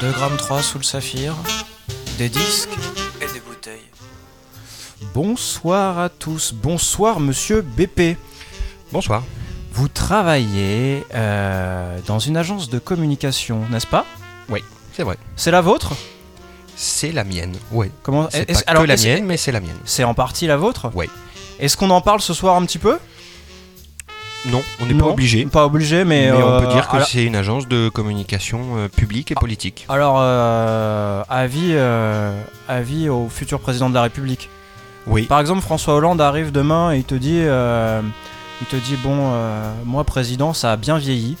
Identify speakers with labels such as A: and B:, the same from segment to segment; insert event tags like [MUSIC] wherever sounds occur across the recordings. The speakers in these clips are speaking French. A: 2 grammes 3 sous le saphir, des disques et des bouteilles. Bonsoir à tous, bonsoir monsieur BP.
B: Bonsoir.
A: Vous travaillez euh, dans une agence de communication, n'est-ce pas
B: C'est vrai.
A: C'est la vôtre
B: C'est la mienne. Ouais.
A: Comment
B: C'est
A: est-ce-
B: pas que la
A: est-ce-
B: mienne, mais c'est la mienne.
A: C'est en partie la vôtre
B: Ouais.
A: Est-ce qu'on en parle ce soir un petit peu
B: Non, on n'est pas
A: Non,
B: obligé.
A: Pas obligé, mais,
B: Mais,
A: euh,
B: on peut dire que
A: alors- Ah.
B: c'est une agence de communication euh, publique et politique.
A: Alors, euh, avis, euh, avis au futur président de la République.
B: Oui.
A: Par exemple, François Hollande arrive demain et il te dit, euh, il te dit bon, euh, moi président, ça a bien vieilli.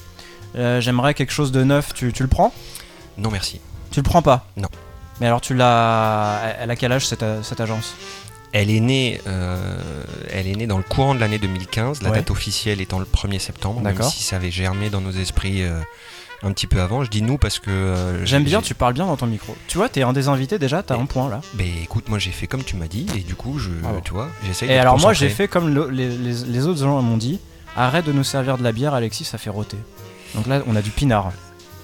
A: Euh, J'aimerais quelque chose de neuf. Tu, tu le prends
B: Non, merci.
A: Tu le prends pas
B: Non.
A: Mais alors, tu l'as. Elle a quel âge cette, cette agence
B: Elle est née, euh, elle est née dans le courant de l'année 2015. La
A: Ouais.
B: date officielle étant le 1er septembre. Même
A: D'accord.
B: si ça avait germé dans nos esprits euh, un petit peu avant. Je dis nous parce que. euh,
A: J'aime
B: j'ai-
A: bien. Tu parles bien dans ton micro. Tu vois, t'es un des invités déjà. T'as
B: Et-
A: un point là.
B: Ben écoute, moi j'ai fait comme tu m'as dit et du coup, je,
A: Ah bon.
B: tu vois, j'essaye.
A: Et
B: d'être
A: alors, moi,
B: concentré.
A: j'ai fait comme le- les, les- les autres gens m'ont dit arrête de nous servir de la bière, Alexis, ça fait roter. Donc là, on a du pinard.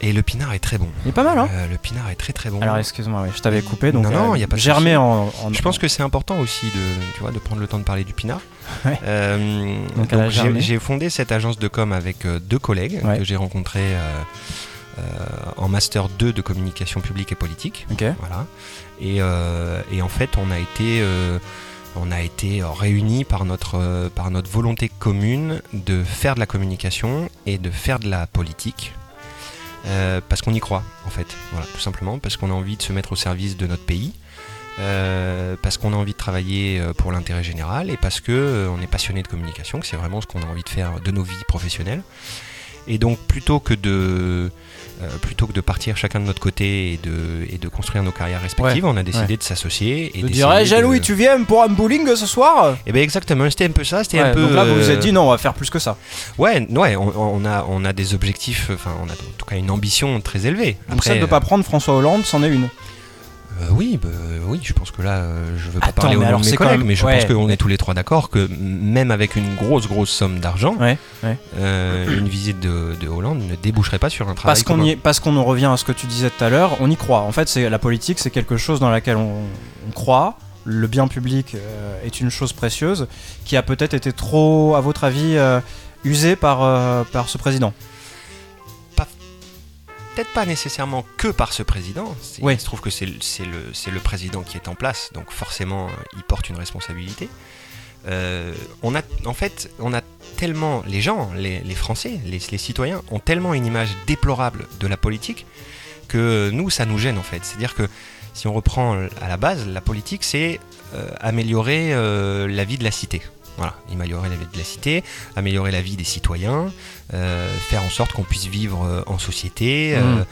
B: Et le pinard est très bon.
A: Il est pas mal, hein
B: Euh, le pinard est très très bon.
A: Alors, excuse-moi, ouais, je t'avais coupé. Donc,
B: Non, non,
A: euh,
B: y a pas de
A: Germé
B: souci.
A: en, en-
B: Je pense que c'est important aussi de, tu vois, de prendre le temps de parler du pinard.
A: [LAUGHS] Ouais.
B: Euh,
A: Donc,
B: donc
A: à la Jarnais.
B: j'ai j'ai fondé cette agence de com avec euh, deux collègues
A: Ouais.
B: que j'ai rencontrés euh, euh, en master 2 de communication publique et politique.
A: Ok.
B: Voilà. Et, euh, et en fait, on a été, euh, on a été euh, réunis par notre, euh, par notre volonté commune de faire de la communication et de faire de la politique. euh, parce qu'on y croit, en fait. Voilà, tout simplement. Parce qu'on a envie de se mettre au service de notre pays. euh, parce qu'on a envie de travailler euh, pour l'intérêt général et parce que euh, on est passionné de communication, que c'est vraiment ce qu'on a envie de faire de nos vies professionnelles. Et donc plutôt que de, euh, plutôt que de partir chacun de notre côté et de, et de construire nos carrières respectives, on a décidé de s'associer. et euh,
A: Je
B: d'essayer
A: dirais, «Eh, Jean-Louis,
B: de...
A: tu viens pour un bowling ce soir
B: Eh ben exactement, c'était un peu ça, c'était un
A: Ouais,
B: peu.
A: Donc là, vous vous
B: euh,
A: êtes dit non, on va faire plus que ça.
B: Ouais, ouais, on, on a, on a des objectifs, enfin, on a en tout cas une ambition très élevée.
A: Donc celle de pas prendre François Hollande, c'en est une.
B: euh, oui, bah, oui, je pense que là, euh, je veux pas
A: Attends,
B: parler au
A: mais
B: nom
A: alors
B: de mes
A: c'est quand
B: collègues,
A: même-
B: mais je
A: ouais.
B: pense qu'on est tous les trois d'accord que m- même avec une grosse, grosse somme d'argent,
A: Ouais, ouais.
B: euh, une visite de, de Hollande ne déboucherait pas sur un travail.
A: Parce qu'on
B: commun.
A: y est- parce qu'on en revient à ce que tu disais tout à l'heure, on y croit. En fait, c'est la politique, c'est quelque chose dans laquelle on, on croit. Le bien public euh, est une chose précieuse qui a peut-être été trop, à votre avis, euh, usée par, euh, par ce président.
B: peut-être pas nécessairement que par ce président. C'est-
A: Oui.
B: Il se trouve que c'est le, c'est le- c'est le président qui est en place, donc forcément, euh, il porte une responsabilité. Euh, on a, en fait, on a tellement, les gens, les, les Français, les, les citoyens, ont tellement une image déplorable de la politique que euh, nous, ça nous gêne en fait. C'est-à-dire que si on reprend à la base, la politique, c'est euh, améliorer euh, la vie de la cité. Voilà, améliorer la vie de la cité, améliorer la vie des citoyens, euh, faire en sorte qu'on puisse vivre euh, en société. euh,
A: Mm.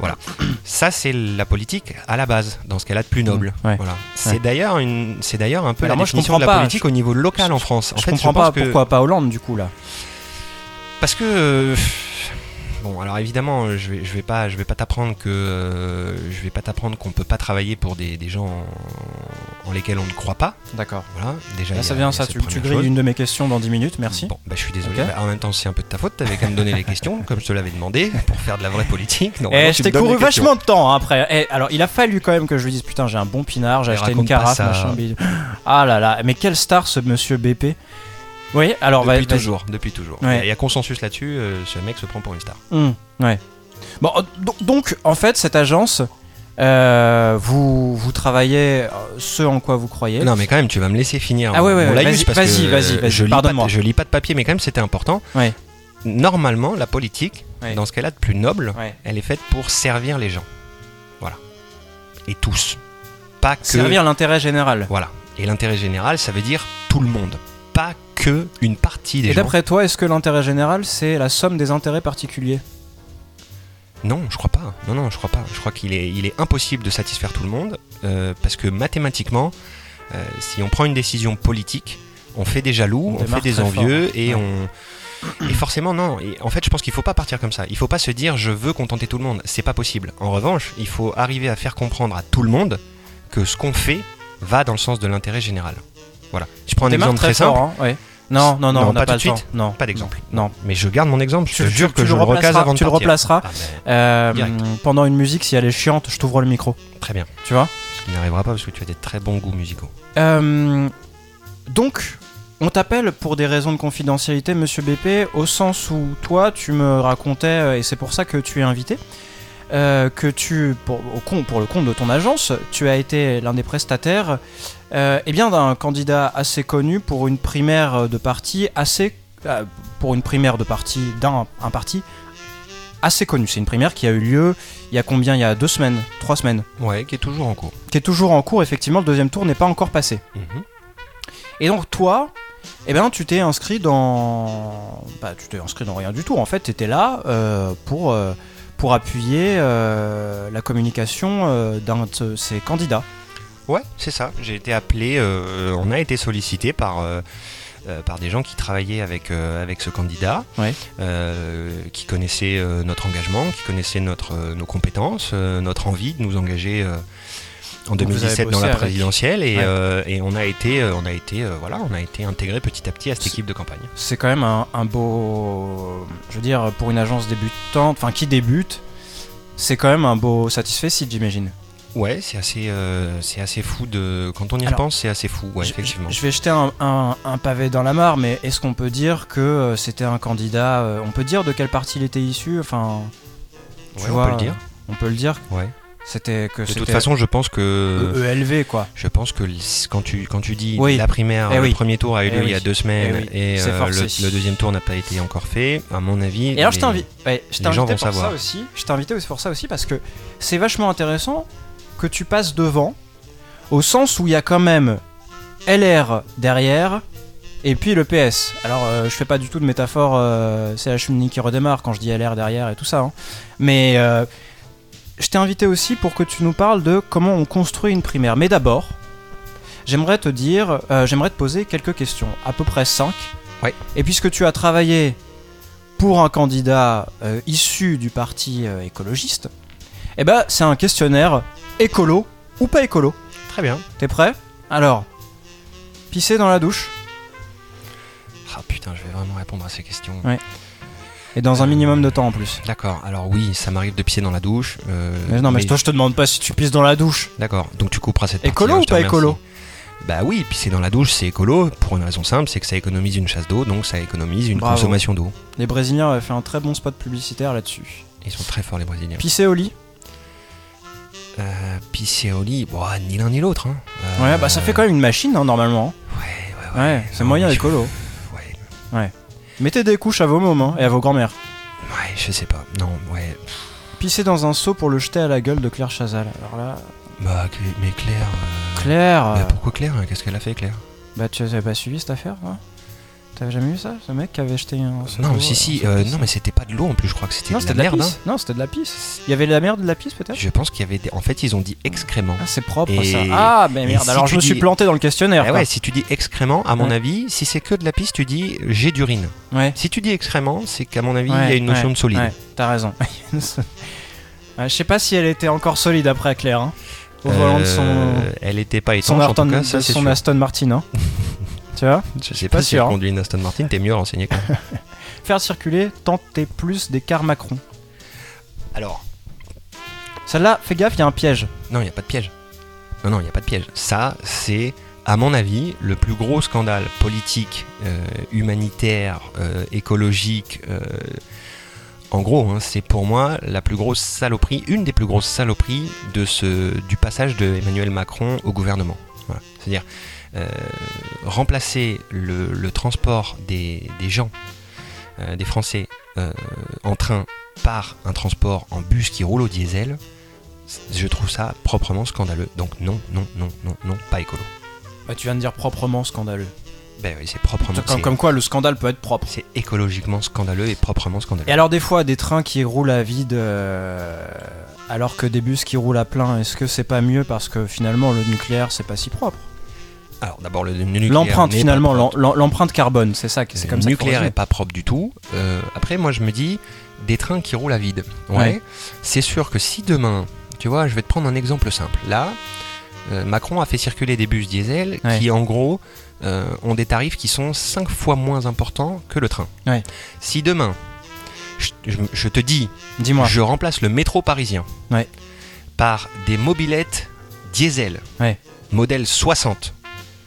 B: Voilà. Ça, c'est la politique à la base, dans ce qu'elle a de plus
A: Mmh.
B: noble.
A: Ouais.
B: Voilà. C'est d'ailleurs une, c'est d'ailleurs un peu
A: Alors
B: la
A: moi, je
B: définition
A: comprends
B: de la
A: pas.
B: politique au niveau local en France. En
A: je
B: fait,
A: comprends
B: pense
A: pas
B: que-
A: pourquoi pas Hollande du coup là.
B: parce que euh, bon, alors évidemment, euh, je vais, je vais pas, je vais pas t'apprendre que euh, je vais pas t'apprendre qu'on peut pas travailler pour des, des gens en, en lesquels on ne croit pas.
A: D'accord.
B: Voilà. Déjà,
A: Là,
B: il y
A: ça
B: a-
A: vient
B: il y a
A: ça,
B: cette
A: tu, tu
B: première
A: grilles
B: chose.
A: une de mes questions dans 10 minutes, merci.
B: Bon, bah, je suis désolé.
A: Ok.
B: Bah, en même temps, c'est un peu de ta faute. T'avais qu'à me donner les questions, comme je te l'avais demandé, pour faire de la vraie politique. Non,
A: Eh,
B: vraiment,
A: je
B: tu
A: t'ai
B: me donnes
A: couru
B: les questions.
A: vachement de temps hein, après. Eh, alors, il a fallu quand même que je lui dise Putain, j'ai un bon pinard, j'ai
B: Mais
A: acheté une
B: raconte pas
A: carafe,
B: ça.
A: machin. bidule. Ah là là, mais quelle star ce monsieur BP Oui, alors va-
B: Depuis
A: vas-y.
B: toujours, depuis toujours. Il
A: Ouais.
B: y a- il y a consensus là-dessus, euh, ce mec se prend pour une star.
A: Hum, ouais. Bon, euh, do- donc, en fait, cette agence, euh, vous, vous travaillez euh, ce en quoi vous croyez.
B: Non, mais quand même, tu vas me laisser finir.
A: Ah ouais, ouais,
B: mon
A: ouais, vas-y,
B: laïus parce
A: vas-y,
B: que
A: vas-y, vas-y,
B: Je lis, pas,
A: pardonne-moi.
B: je lis pas de papier, mais quand même, c'était important.
A: Ouais.
B: Normalement, la politique,
A: Ouais.
B: dans ce cas-là de plus noble,
A: Ouais.
B: elle est faite pour servir les gens. Voilà. Et tous. Pas que.
A: Servir l'intérêt général.
B: Voilà. Et l'intérêt général, ça veut dire tout le monde. Pas que une partie des
A: Et
B: gens.
A: d'après toi, est-ce que l'intérêt général, c'est la somme des intérêts particuliers
B: Non, je crois pas. Non, non, je crois pas. Je crois qu'il est, il est impossible de satisfaire tout le monde euh, parce que mathématiquement, euh, si on prend une décision politique, on fait des jaloux,
A: On
B: on,
A: démarre
B: fait des
A: très
B: envieux et
A: Ouais.
B: on. Et forcément, non. Et en fait, je pense qu'il faut pas partir comme ça. Il faut pas se dire je veux contenter tout le monde. C'est pas possible. En revanche, il faut arriver à faire comprendre à tout le monde que ce qu'on fait va dans le sens de l'intérêt général. Voilà. Je prends un
A: Démarre
B: exemple
A: très
B: très
A: fort,
B: simple.
A: hein, ouais. Non, non, non,
B: Non,
A: on n'a
B: pas
A: pas,
B: tout
A: le temps.
B: de suite
A: Non.
B: Pas d'exemple.
A: Non.
B: Mais je garde mon exemple, je
A: Tu-
B: te
A: tu-
B: jure que
A: tu
B: je
A: le
B: le recase
A: replaceras-
B: avant de
A: tu le
B: partir.
A: replaceras.
B: Ah, mais
A: Euh,
B: Direct.
A: pendant une musique, si elle est chiante, je t'ouvre le micro.
B: très bien.
A: Tu vois
B: Ce qui n'arrivera pas parce que tu as des très bons goûts musicaux.
A: Euh, donc, on t'appelle pour des raisons de confidentialité, monsieur BP, au sens où toi, tu me racontais, euh, et c'est pour ça que tu es invité, euh, que tu, pour, au com- pour le compte de ton agence, tu as été l'un des prestataires euh, eh bien, d'un candidat assez connu pour une primaire de parti assez. euh, pour une primaire de parti d'un un parti assez connu. C'est une primaire qui a eu lieu il y a combien Il y a deux semaines, trois semaines,
B: Ouais, qui est toujours en cours.
A: qui est toujours en cours. Effectivement, le deuxième tour n'est pas encore passé.
B: Mhm.
A: Et donc toi, eh ben, tu t'es inscrit dans... Bah, tu t'es inscrit dans rien du tout. En fait, tu étais là euh, pour, euh, pour appuyer euh, la communication euh, d'un de ces candidats.
B: Ouais, c'est ça. J'ai été appelé, euh, on a été sollicité par, euh, euh, par des gens qui travaillaient avec, euh, avec ce candidat,
A: Ouais.
B: euh, qui connaissaient euh, notre engagement, qui connaissaient notre, euh, nos compétences, euh, notre envie de nous engager. euh, en
A: Donc vous avez
B: 2017 dans
A: bossé
B: la
A: avec.
B: présidentielle et,
A: Ouais.
B: euh, et on a été euh, on a été euh, voilà on a été intégré petit à petit à cette
A: C'est-
B: équipe de campagne.
A: C'est quand même un, un beau... Je veux dire, pour une agence débutante, enfin qui débute, c'est quand même un beau satisfait si j'imagine.
B: Ouais, c'est assez euh, c'est assez fou de quand on y
A: Alors,
B: repense, c'est assez fou ouais,
A: Je-
B: effectivement.
A: Je, je vais jeter un, un- un pavé dans la mare, mais est-ce qu'on peut dire que euh, c'était un candidat... euh, on peut dire de quel parti il était issu Enfin, tu
B: Ouais,
A: vois,
B: on peut le dire.
A: on peut le dire
B: Ouais.
A: C'était que
B: De toute
A: c'était
B: façon, je pense que
A: E- ELV quoi.
B: Je pense que le- quand tu, quand tu dis
A: Oui.
B: la primaire,
A: Eh
B: le
A: oui.
B: premier tour a eu
A: Eh
B: lieu il
A: oui.
B: y a deux semaines
A: Eh oui.
B: et euh,
A: C'est forcé.
B: le, le deuxième tour n'a pas été encore fait, à mon avis.
A: Et alors je
B: les-
A: t'invite, ouais, je
B: les
A: t'ai
B: gens
A: invité pour
B: vont savoir.
A: ça aussi. Je t'ai invité aussi pour ça aussi parce que c'est vachement intéressant que tu passes devant, au sens où il y a quand même LR derrière et puis le PS. Alors euh, je fais pas du tout de métaphore, euh, c'est la cheminée qui redémarre quand je dis LR derrière et tout ça. hein. Mais euh, je t'ai invité aussi pour que tu nous parles de comment on construit une primaire. Mais d'abord, j'aimerais te dire, euh, j'aimerais te poser quelques questions, à peu près 5.
B: Ouais.
A: Et puisque tu as travaillé pour un candidat euh, issu du parti euh, écologiste, eh ben c'est un questionnaire écolo ou pas écolo.
B: Très bien.
A: T'es prêt Alors, pisser dans la douche
B: Ah putain, je vais vraiment répondre à ces questions.
A: Ouais. et dans un minimum de temps en plus.
B: D'accord, alors oui, ça m'arrive de pisser dans la douche. euh,
A: Mais non, mais, toi, je te demande pas si tu pisses dans la douche.
B: D'accord, donc tu couperas cette
A: Écolo
B: partie-là,
A: ou
B: je te
A: pas écolo
B: remercie. Bah oui, pisser dans la douche, c'est écolo, pour une raison simple, c'est que ça économise une chasse d'eau, donc ça économise une
A: Bravo.
B: consommation d'eau.
A: Les Brésiliens avaient fait un très bon spot publicitaire là-dessus.
B: Ils sont très forts les Brésiliens.
A: Pisser au lit
B: Euh, pisser au lit, bon, ni l'un ni l'autre. hein. Euh,
A: Ouais, bah ça fait quand même une machine, hein, normalement.
B: Ouais, ouais, ouais.
A: Ouais, c'est
B: Non,
A: moyen
B: mais je-
A: écolo.
B: Ouais,
A: Mettez des couches à vos moments et à vos grand-mères.
B: Ouais, je sais pas. Non, ouais.
A: Pisser dans un seau pour le jeter à la gueule de Claire Chazal. Alors là,
B: Bah, Clé- mais Claire. euh,
A: Claire.
B: bah,
A: euh,
B: pourquoi Claire Qu'est-ce qu'elle a fait, Claire
A: Bah tu avais pas suivi cette affaire toi T'avais jamais vu ça Ce mec qui avait jeté un... seau
B: Non,
A: d'eau,
B: si,
A: euh,
B: si.
A: sur la
B: euh,
A: piste
B: non, mais c'était pas de l'eau en plus, je crois que c'était
A: Non,
B: de la
A: c'était de la
B: merde.
A: pisse. Non, c'était de la pisse. Il y avait de la merde de la pisse
B: hein.
A: peut-être
B: Je pense qu'il y avait des. En fait, ils ont dit excrément.
A: Ah, c'est propre
B: Et-
A: ça. Ah, mais
B: et
A: merde,
B: si
A: alors
B: tu
A: je me suis
B: dis-
A: planté dans le questionnaire.
B: Ah
A: quoi.
B: ouais, si tu dis excrément, à mon
A: Ouais.
B: avis, si c'est que de la pisse, tu dis euh, j'ai d'urine.
A: ouais.
B: Si tu dis excrément, c'est qu'à mon avis, il y a
A: Ouais,
B: une notion
A: ouais,
B: de solide.
A: Ouais, t'as raison. [LAUGHS] Ah, je sais pas si elle était encore solide après Claire. hein, au volant de son,
B: Euh, Elle était pas
A: son,
B: étanche, en
A: Aston-
B: tout cas, ça,
A: de
B: c'est
A: son
B: sûr.
A: Aston Martin.
B: [LAUGHS]
A: hein. tu vois
B: Je sais
A: pas
B: pas si elle
A: sûr, hein.
B: conduit une Aston Martin, t'es mieux renseigné
A: [LAUGHS]
B: que moi.
A: Faire circuler tant et plus des cars Macron.
B: Alors,
A: Celle-là, fais gaffe, il y a un piège.
B: Non, il n'y a pas de piège. Non, non, il n'y a pas de piège. Ça, c'est, à mon avis, le plus gros scandale politique, euh, humanitaire, euh, écologique. euh, en gros, hein, c'est pour moi la plus grosse saloperie, une des plus grosses saloperies de ce, du passage de Emmanuel Macron au gouvernement. Voilà. C'est-à-dire euh, remplacer le, le transport des, des gens, euh, des Français, euh, en train par un transport en bus qui roule au diesel, je trouve ça proprement scandaleux. Donc non, non, non, non, non, pas écolo.
A: Bah, tu viens de dire proprement scandaleux.
B: Ben oui, c'est proprement,
A: Comme,
B: c'est-
A: comme quoi, le scandale peut être propre.
B: c'est écologiquement scandaleux et proprement
A: Et
B: scandaleux.
A: alors des fois des trains qui roulent à vide euh, alors que des bus qui roulent à plein, est-ce que c'est pas mieux parce que finalement le nucléaire c'est pas si propre
B: Alors d'abord le nucléaire.
A: L'empreinte
B: n'est pas
A: finalement, l'em-
B: propre.
A: l'em- l'empreinte carbone, c'est ça, qui- c'est
B: Le
A: comme ça. qu'il faut
B: nucléaire n'est
A: raisonner.
B: pas propre du tout. Euh, après, moi, je me dis des trains qui roulent à vide. Ouais.
A: Ouais.
B: C'est sûr que si demain, tu vois, je vais te prendre un exemple simple. Là, euh, Macron a fait circuler des bus diesel
A: Ouais.
B: qui, en gros, euh, ont des tarifs qui sont 5 fois moins importants que le train.
A: Ouais.
B: Si demain, je, je- je te dis,
A: Dis-moi.
B: je remplace le métro parisien
A: Ouais.
B: par des mobilettes diesel,
A: Ouais.
B: modèle 60,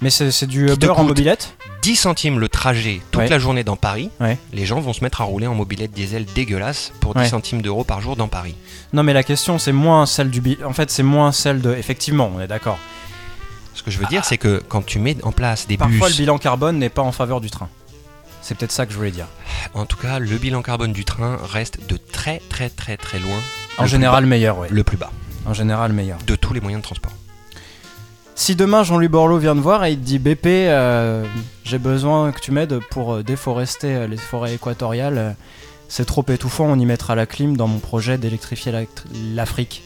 A: Mais c'est c'est du
B: Qui te
A: Uber en
B: coûte
A: mobilette
B: 10 centimes le trajet toute
A: Ouais.
B: la journée dans Paris,
A: Ouais.
B: les gens vont se mettre à rouler en mobilette diesel dégueulasse pour 10
A: Ouais.
B: centimes d'euros par jour dans Paris.
A: Non, mais la question, c'est moins celle du. bi- En fait, c'est moins celle de. Effectivement, on est d'accord.
B: Ce que je veux dire, c'est que quand tu mets en place des
A: Ah. Parfois, le
B: bus,
A: bilan carbone n'est pas en faveur du train. C'est peut-être ça que je voulais dire.
B: en tout cas, le bilan carbone du train reste de très très très très loin
A: En
B: Le
A: général, meilleur, oui.
B: le plus bas
A: En général, meilleur.
B: de tous les moyens de transport.
A: Si demain Jean-Louis Borloo vient te voir et il te dit BP, euh, j'ai besoin que tu m'aides pour euh, déforester euh, les forêts équatoriales, euh, c'est trop étouffant, on y mettra la clim dans mon projet d'électrifier la- l'Afrique.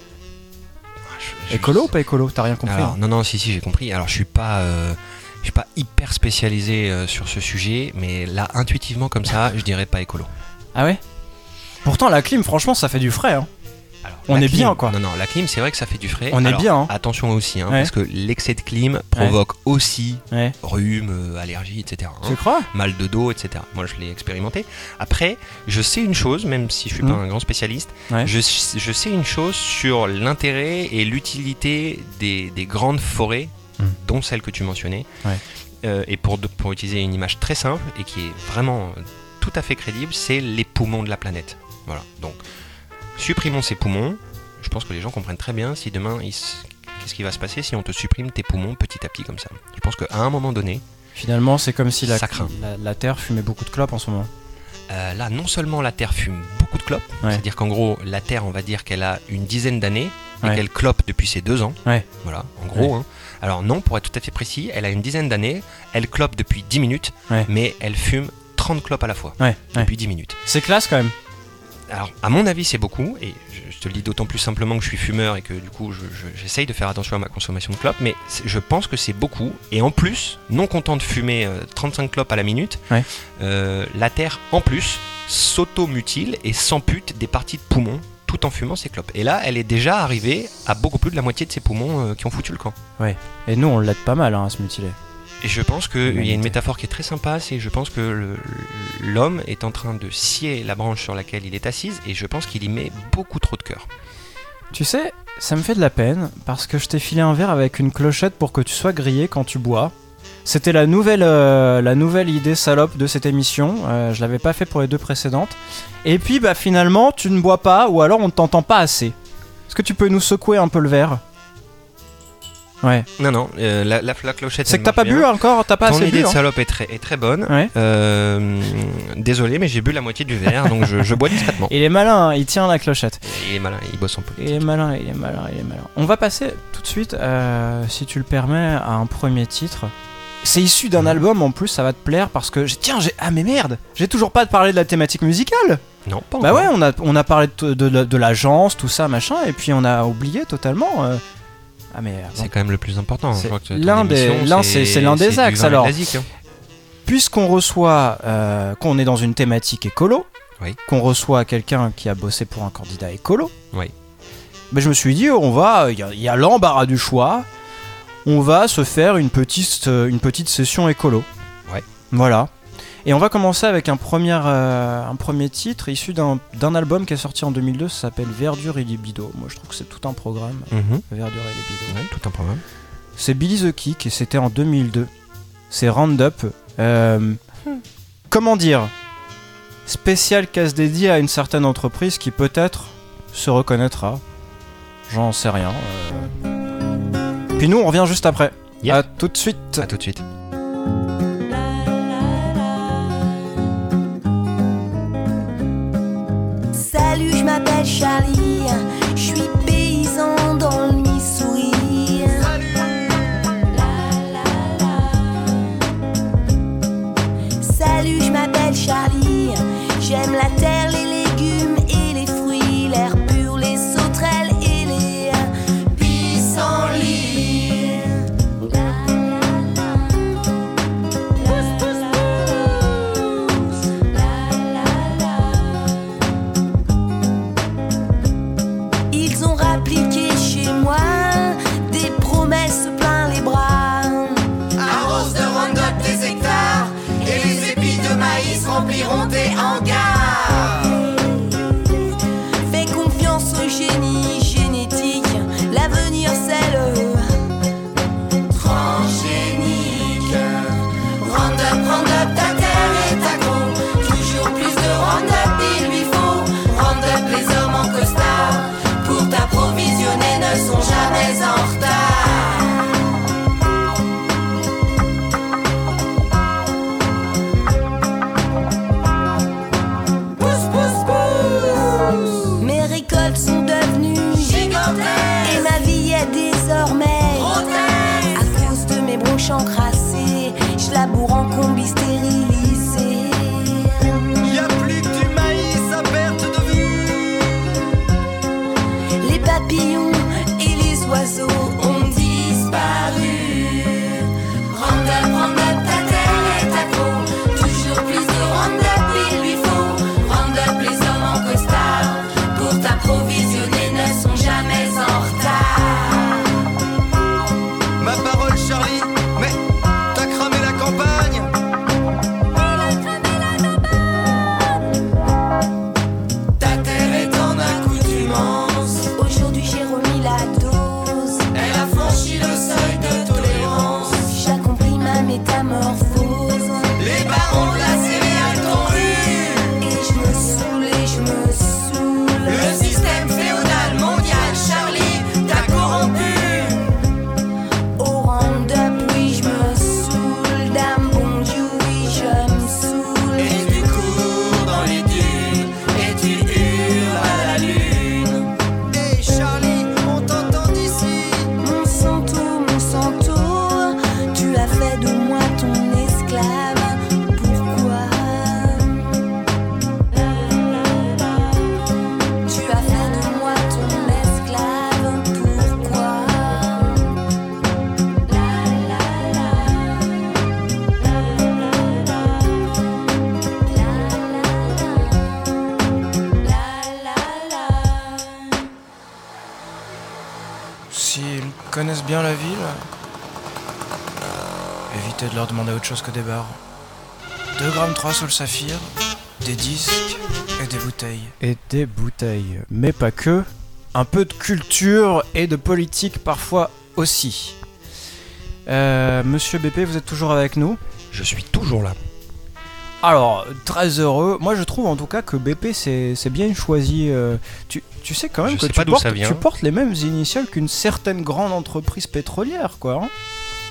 B: Ah, je- je-
A: Écolo ou pas écolo T'as rien compris
B: Alors,
A: hein
B: non, non, si, si, j'ai compris. Alors, je suis pas, euh, je suis pas hyper spécialisé euh, sur ce sujet, mais là, intuitivement comme ça, je dirais pas écolo.
A: Ah ouais Pourtant, la clim, franchement, ça fait du frais. Hein.
B: Alors,
A: On
B: la
A: est
B: clim-
A: bien, quoi.
B: Non, non, la clim, c'est vrai que ça fait du frais.
A: On est
B: Alors,
A: bien, hein.
B: Attention aussi, hein,
A: Ouais.
B: parce que l'excès de clim provoque aussi
A: Ouais.
B: rhume, euh, allergie, etc. hein,
A: Tu crois
B: mal de dos, etc. Moi, je l'ai expérimenté. Après, je sais une chose, même si je suis
A: Mhm.
B: pas un grand spécialiste,
A: Ouais.
B: je, je sais une chose sur l'intérêt et l'utilité des, des grandes forêts,
A: Mhm.
B: dont celle que tu mentionnais.
A: Ouais.
B: Euh, et pour, de- pour utiliser une image très simple et qui est vraiment euh, tout à fait crédible, c'est les poumons de la planète. Voilà. Donc, supprimons ces poumons. Je pense que les gens comprennent très bien si demain ils s- Qu'est-ce qui va se passer si on te supprime tes poumons petit à petit comme ça Je pense qu'à un moment donné,
A: Finalement, c'est comme si la,
B: Ça craint.
A: la, la Terre fumait beaucoup de clopes en ce moment.
B: Euh, là, non seulement la Terre fume beaucoup de clopes,
A: Ouais.
B: c'est-à-dire qu'en gros, la Terre, on va dire qu'elle a une dizaine d'années et
A: Ouais.
B: qu'elle clope depuis ses deux ans.
A: Ouais.
B: Voilà, en gros. hein. Alors non, pour être tout à fait précis, elle a une dizaine d'années, elle clope depuis 10 minutes,
A: Ouais.
B: mais elle fume 30 clopes à la fois
A: Ouais, ouais.
B: depuis 10 minutes.
A: C'est classe quand même.
B: Alors, à mon avis, c'est beaucoup, et je, je te le dis d'autant plus simplement que je suis fumeur et que du coup, je- je- j'essaye de faire attention à ma consommation de clopes, mais c'est- je pense que c'est beaucoup. Et en plus, non content de fumer euh, 35 clopes à la minute,
A: Ouais.
B: euh, la Terre, en plus, s'automutile et s'ampute des parties de poumons tout en fumant ses clopes. Et là, elle est déjà arrivée à beaucoup plus de la moitié de ses poumons euh, qui ont foutu le camp.
A: Et nous, on l'aide pas mal hein, à se mutiler.
B: Et je pense qu'il y a
A: Humanité.
B: une métaphore qui est très sympa, c'est je pense que le- l'homme est en train de scier la branche sur laquelle il est assise, et je pense qu'il y met beaucoup trop de cœur.
A: Tu sais, ça me fait de la peine parce que je t'ai filé un verre avec une clochette pour que tu sois grillé quand tu bois. C'était la nouvelle, euh, la nouvelle idée salope de cette émission. euh, je l'avais pas fait pour les deux précédentes. Et puis bah finalement tu ne bois pas ou alors on ne t'entend pas assez. Est-ce que tu peux nous secouer un peu le verre Ouais.
B: Non, non, euh, la, la, la clochette.
A: C'est
B: elle
A: que t'as pas
B: marche bien.
A: bu encore, t'as pas
B: Ton
A: assez
B: idée
A: bu.
B: de
A: hein.
B: salope est très, est très bonne.
A: Ouais.
B: Euh, désolé, mais j'ai bu la moitié du verre, donc je, je bois discrètement.
A: Il est malin, hein, il tient la clochette.
B: Il est malin, il bosse un peu.
A: Il est malin, il est malin, il est malin. On va passer tout de suite, euh, si tu le permets, à un premier titre. C'est issu d'un
B: Mhm.
A: album en plus, ça va te plaire parce que j'ai- tiens, j'ai ah mais merde, j'ai toujours pas parlé de la thématique musicale.
B: Non, pas
A: Bah
B: encore.
A: ouais, on a on a parlé de, de, de l'agence, tout ça machin, et puis on a oublié totalement. euh, Ah mais
B: C'est
A: bon.
B: quand même le plus important.
A: C'est
B: Je crois que ton
A: l'un des-
B: émission,
A: l'un, c'est- c'est l'un des
B: du
A: axes,
B: vin et de
A: alors.
B: la zik, hein.
A: puisqu'on reçoit euh, qu'on est dans une thématique écolo,
B: Oui.
A: qu'on reçoit quelqu'un qui a bossé pour un candidat écolo,
B: Oui.
A: ben je me suis dit on va, il y a- il y a, l'embarras du choix, on va se faire une petite, euh, une petite session écolo.
B: Ouais.
A: Voilà. Et on va commencer avec un premier, euh, un premier titre issu d'un d'un album qui est sorti en 2002, ça s'appelle Verdure et Libido. Moi je trouve que c'est tout un programme,
B: Mhm.
A: Verdure et Libido.
B: Ouais, tout un problème.
A: C'est Billy the Kick et c'était en 2002. C'est Roundup. Euh, Comment dire Spécial casse dédié à une certaine entreprise qui peut-être se reconnaîtra. J'en sais rien. euh. Puis nous, on revient juste après.
B: Yeah.
A: À tout de suite.
B: À tout de suite.
C: Salut, je m'appelle Charlie, je suis paysan dans le Missouri. La, la, la. Salut, je m'appelle Charlie, j'aime la terre, les légumes et les fruits, l'air pur, les sauterelles et les pissenlits. La, la, la. Pousse, pousse, pousse. La, la, la. poche encrassée, je laboure en combi stérilisé.
D: Y a plus que du maïs à perte de vue.
C: Les papillons et les oiseaux ont disparu. Roundup, roundup, ta terre et ta peau. Toujours plus de roundup, il lui faut. Roundup, les hommes en costard. Pour t'approvisionner, ne sont jamais en retard.
D: Ma parole, Charlie, mais t'as cramé la campagne. Ta terre est en accoutumance.
C: Aujourd'hui, j'ai remis la dose.
D: Elle a franchi le seuil de tolérance.
C: J'accomplis ma métamorphose.
D: Les barons de la céréale t'ont eu.
C: Et je me saoule et je me saoule.
D: Le système féodal mondial, Charlie, t'a corrompu.
C: Au round-up, oui, je me saoule. Dame, bon Dieu, oui, je me saoule.
D: Et tu cours dans les dunes et tu hurles à la lune. Hey Charlie, on t'entend d'ici.
C: Mon santo, mon santo, tu as fait de moi ton esclave. Pourquoi Tu as fait de moi ton esclave. Pourquoi La la la la la la la la la.
A: S'ils connaissent bien la ville, euh, évitez de leur demander autre chose que des barres. 2 grammes 3 sur le saphir, des disques et des bouteilles. Et des bouteilles, mais pas que. Un peu de culture et de politique parfois aussi. Euh, Monsieur BP, vous êtes toujours avec nous
B: Je suis toujours là.
A: alors, très heureux. Moi, je trouve en tout cas que BP, c'est c'est bien choisi. euh, tu, tu sais quand même
B: Je
A: que
B: sais
A: tu
B: pas d'où
A: portes,
B: ça vient.
A: tu portes les mêmes initiales qu'une certaine grande entreprise pétrolière, quoi. hein.